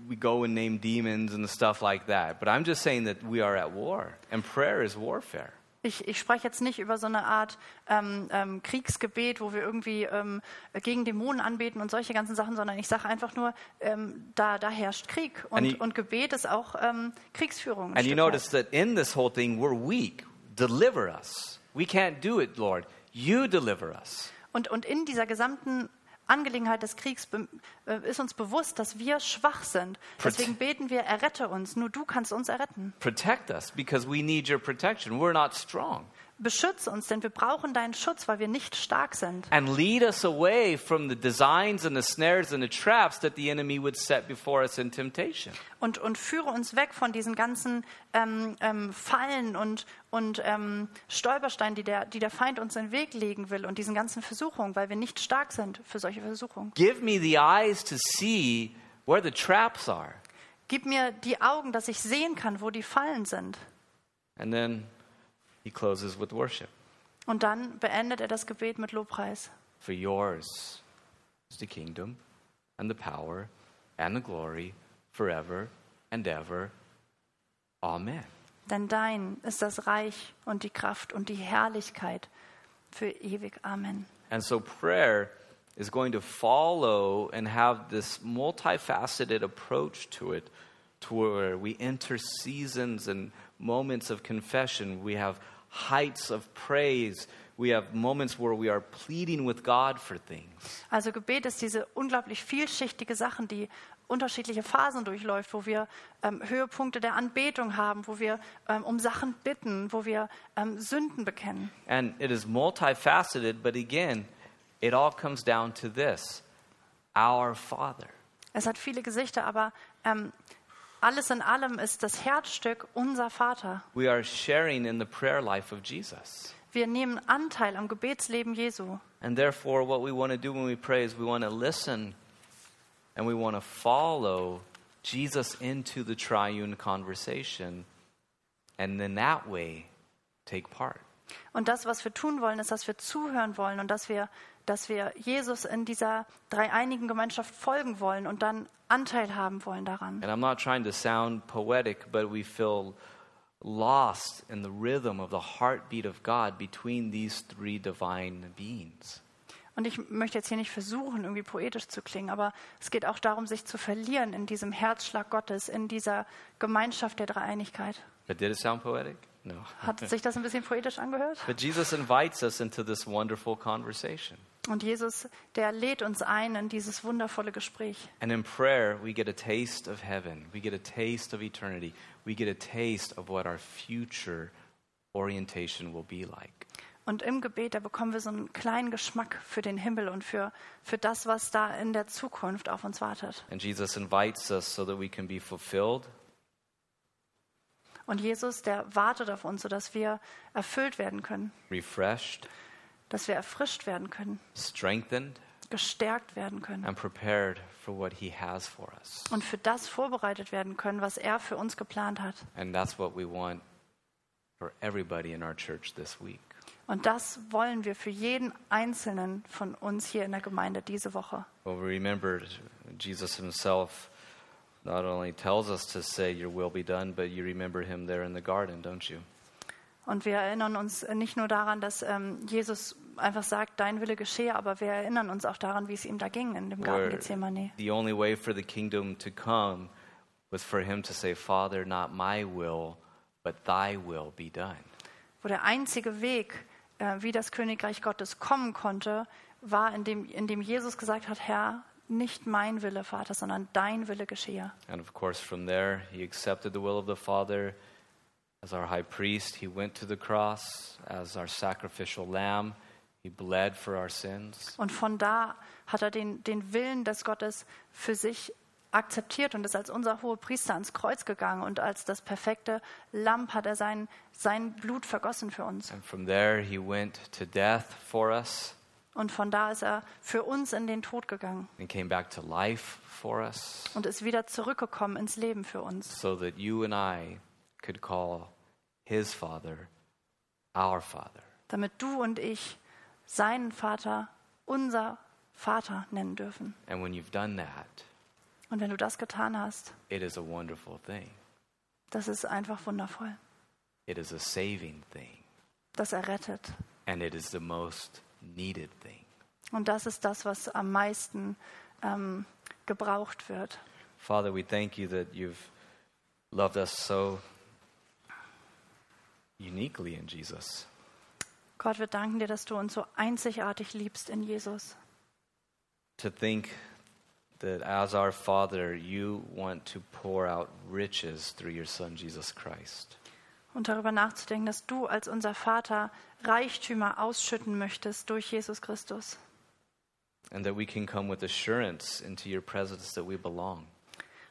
[SPEAKER 1] we go and name demons and stuff like that, but I'm just saying that we are at war, and prayer is warfare.
[SPEAKER 2] Ich, ich spreche jetzt nicht über so eine Art ähm, ähm, Kriegsgebet, wo wir irgendwie ähm, gegen Dämonen anbeten und solche ganzen Sachen, sondern ich sage einfach nur, ähm, da, da herrscht Krieg. Und,
[SPEAKER 1] And you-
[SPEAKER 2] und Gebet ist auch ähm, Kriegsführung. ein
[SPEAKER 1] And you
[SPEAKER 2] Stück weit.
[SPEAKER 1] notice that in this whole thing, we're weak. Deliver us. We can't do it, Lord. You deliver us.
[SPEAKER 2] und, und in dieser gesamten Angelegenheit des Kriegs be- äh, ist uns bewusst, dass wir schwach sind.
[SPEAKER 1] Prote-
[SPEAKER 2] Deswegen beten wir, errette uns. Nur du kannst uns erretten.
[SPEAKER 1] Protect us because we need your protection. We're not strong.
[SPEAKER 2] Beschütze uns, denn wir brauchen deinen Schutz, weil wir nicht stark sind.
[SPEAKER 1] and lead us away from the designs and the snares and the traps that the enemy would set before us in temptation.
[SPEAKER 2] und, und führe uns weg von diesen ganzen ähm, ähm, Fallen und, und ähm, Stolpersteinen, die der, die der Feind uns in den Weg legen will und diesen ganzen Versuchungen, weil wir nicht stark sind für solche Versuchungen.
[SPEAKER 1] Give me the eyes to see where the traps are.
[SPEAKER 2] Gib mir die Augen, dass ich sehen kann, wo die Fallen sind.
[SPEAKER 1] And then he closes with worship.
[SPEAKER 2] Und dann beendet er das Gebet mit Lobpreis.
[SPEAKER 1] For yours is the kingdom and the power and the glory forever and ever. Amen.
[SPEAKER 2] Denn dein ist das Reich und die Kraft und die Herrlichkeit für ewig. Amen.
[SPEAKER 1] And so prayer is going to follow and have this multifaceted approach to it, to where we enter seasons and moments of confession. We have heights of praise. We have moments where we are pleading with God for things.
[SPEAKER 2] Also Gebet ist diese unglaublich vielschichtige Sachen, die unterschiedliche Phasen durchläuft, wo wir ähm, Höhepunkte der Anbetung haben, wo wir ähm, um Sachen bitten, wo wir ähm, Sünden bekennen.
[SPEAKER 1] And it is multifaceted, but again, it all comes down to this Our Father.
[SPEAKER 2] Es hat viele Gesichter, aber ähm, alles in allem ist das Herzstück unser Vater.
[SPEAKER 1] We are sharing in the prayer life of Jesus.
[SPEAKER 2] Wir nehmen Anteil am Gebetsleben Jesu.
[SPEAKER 1] And therefore, what we want to do when we pray is we want to listen and we want to follow Jesus into the triune conversation, and then that way take part.
[SPEAKER 2] Und das, was wir tun wollen, ist, dass wir zuhören wollen und dass wir, dass wir Jesus in dieser dreieinigen Gemeinschaft folgen wollen und dann Anteil haben wollen daran.
[SPEAKER 1] And I'm not trying to sound poetic, but we feel lost in the rhythm of the heartbeat of God between these three divine beings.
[SPEAKER 2] Und ich möchte jetzt hier nicht versuchen, irgendwie poetisch zu klingen, aber es geht auch darum, sich zu verlieren in diesem Herzschlag Gottes, in dieser Gemeinschaft der Dreieinigkeit.
[SPEAKER 1] But did it sound poetic? No.
[SPEAKER 2] Hat sich das ein bisschen poetisch angehört?
[SPEAKER 1] But Jesus invites us into this wonderful conversation.
[SPEAKER 2] Und Jesus, der lädt uns ein in dieses wundervolle Gespräch.
[SPEAKER 1] And in prayer, we get a taste of heaven, we get a taste of eternity, we get a taste of what our future orientation will be like.
[SPEAKER 2] Und im Gebet, da bekommen wir so einen kleinen Geschmack für den Himmel und für, für das, was da in der Zukunft auf uns wartet.
[SPEAKER 1] And Jesus invites us so that we can be fulfilled,
[SPEAKER 2] Und Jesus, der wartet auf uns, sodass wir erfüllt werden können,
[SPEAKER 1] refreshed,
[SPEAKER 2] dass wir erfrischt werden können,
[SPEAKER 1] strengthened,
[SPEAKER 2] gestärkt werden können
[SPEAKER 1] and prepared for what He has for us.
[SPEAKER 2] und für das vorbereitet werden können, was er für uns geplant hat.
[SPEAKER 1] And that's what we want for everybody in our church this week.
[SPEAKER 2] Und das wollen wir für jeden Einzelnen von uns hier in der Gemeinde diese Woche.
[SPEAKER 1] Well, we remember Jesus Himself not only tells us to say, Your will be done, but you remember Him there in the garden, don't you?
[SPEAKER 2] Und wir erinnern uns nicht nur daran, dass ähm, Jesus einfach sagt, dein Wille geschehe, aber wir erinnern uns auch daran, wie es ihm da ging in dem Garten
[SPEAKER 1] Where
[SPEAKER 2] Gethsemane.
[SPEAKER 1] the only way for the kingdom to come was for Him to say, Father, not my will, but Thy will be done.
[SPEAKER 2] wo der einzige Weg, äh, wie das Königreich Gottes kommen konnte, war, indem, indem Jesus gesagt hat, Herr, nicht mein Wille, Vater, sondern dein Wille geschehe.
[SPEAKER 1] And of course, from there, he accepted the will of the Father as our high priest. He went to the cross as our sacrificial lamb. He bled for our sins.
[SPEAKER 2] Und von da hat er den, den Willen des Gottes für sich akzeptiert und ist als unser hoher Priester ans Kreuz gegangen und als das perfekte Lamm hat er sein, sein Blut vergossen für uns.
[SPEAKER 1] And from there, he went to death for us
[SPEAKER 2] Und von da ist er für uns in den Tod gegangen
[SPEAKER 1] and came back to life for us
[SPEAKER 2] und ist wieder zurückgekommen ins Leben für uns,
[SPEAKER 1] so that you and I could call his Father our Father.
[SPEAKER 2] damit du und ich seinen Vater unser Vater nennen dürfen.
[SPEAKER 1] And when you've done that,
[SPEAKER 2] Und wenn du das getan hast,
[SPEAKER 1] it is a wonderful thing,
[SPEAKER 2] das ist einfach wundervoll.
[SPEAKER 1] it is a saving thing.
[SPEAKER 2] Das errettet.
[SPEAKER 1] and it is the most needed thing.
[SPEAKER 2] Und das ist das, was am meisten ähm, gebraucht wird.
[SPEAKER 1] Father, we thank you that you've loved us so uniquely in Jesus.
[SPEAKER 2] Gott, wir danken dir, dass du uns so einzigartig liebst in Jesus.
[SPEAKER 1] To think that as our Father, you want to pour out riches through your Son, Jesus Christ.
[SPEAKER 2] Und darüber nachzudenken, dass du als unser Vater Reichtümer ausschütten möchtest durch Jesus Christus.
[SPEAKER 1] And that we can come with assurance into your presence that we belong.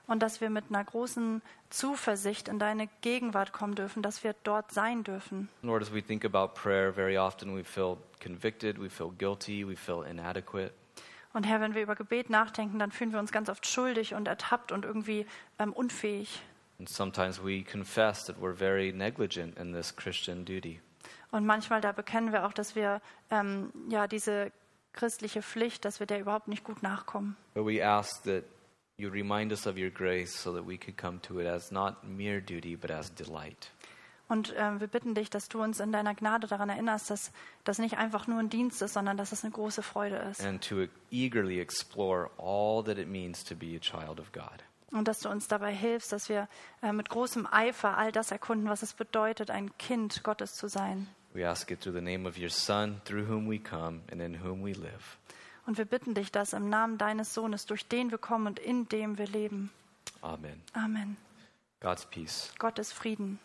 [SPEAKER 2] Und dass wir mit einer großen Zuversicht in deine Gegenwart kommen dürfen, dass wir dort sein dürfen.
[SPEAKER 1] Lord, as we think about prayer, very often we feel convicted, we feel guilty, we feel inadequate.
[SPEAKER 2] Und Herr, wenn wir über Gebet nachdenken, dann fühlen wir uns ganz oft schuldig und ertappt und irgendwie ähm, unfähig.
[SPEAKER 1] And sometimes we confess that we're very negligent in this Christian duty.
[SPEAKER 2] Und manchmal da bekennen wir auch, dass wir ähm, ja diese christliche Pflicht, dass wir der überhaupt nicht gut nachkommen.
[SPEAKER 1] But we ask that you remind us of your grace so that we could come to it as not mere duty, but as delight.
[SPEAKER 2] Und ähm, wir bitten dich, dass du uns in deiner Gnade daran erinnerst, dass das nicht einfach nur ein Dienst ist, sondern dass es eine große Freude ist.
[SPEAKER 1] and to eagerly explore all that it means to be a child of God.
[SPEAKER 2] Und dass du uns dabei hilfst, dass wir äh, mit großem Eifer all das erkunden, was es bedeutet, ein Kind Gottes zu sein.
[SPEAKER 1] We ask it through the name of your Son, through whom we come and in whom we live.
[SPEAKER 2] Und wir bitten dich das im Namen deines Sohnes, durch den wir kommen und in dem wir leben.
[SPEAKER 1] Amen.
[SPEAKER 2] Amen.
[SPEAKER 1] God's peace.
[SPEAKER 2] Gottes Frieden.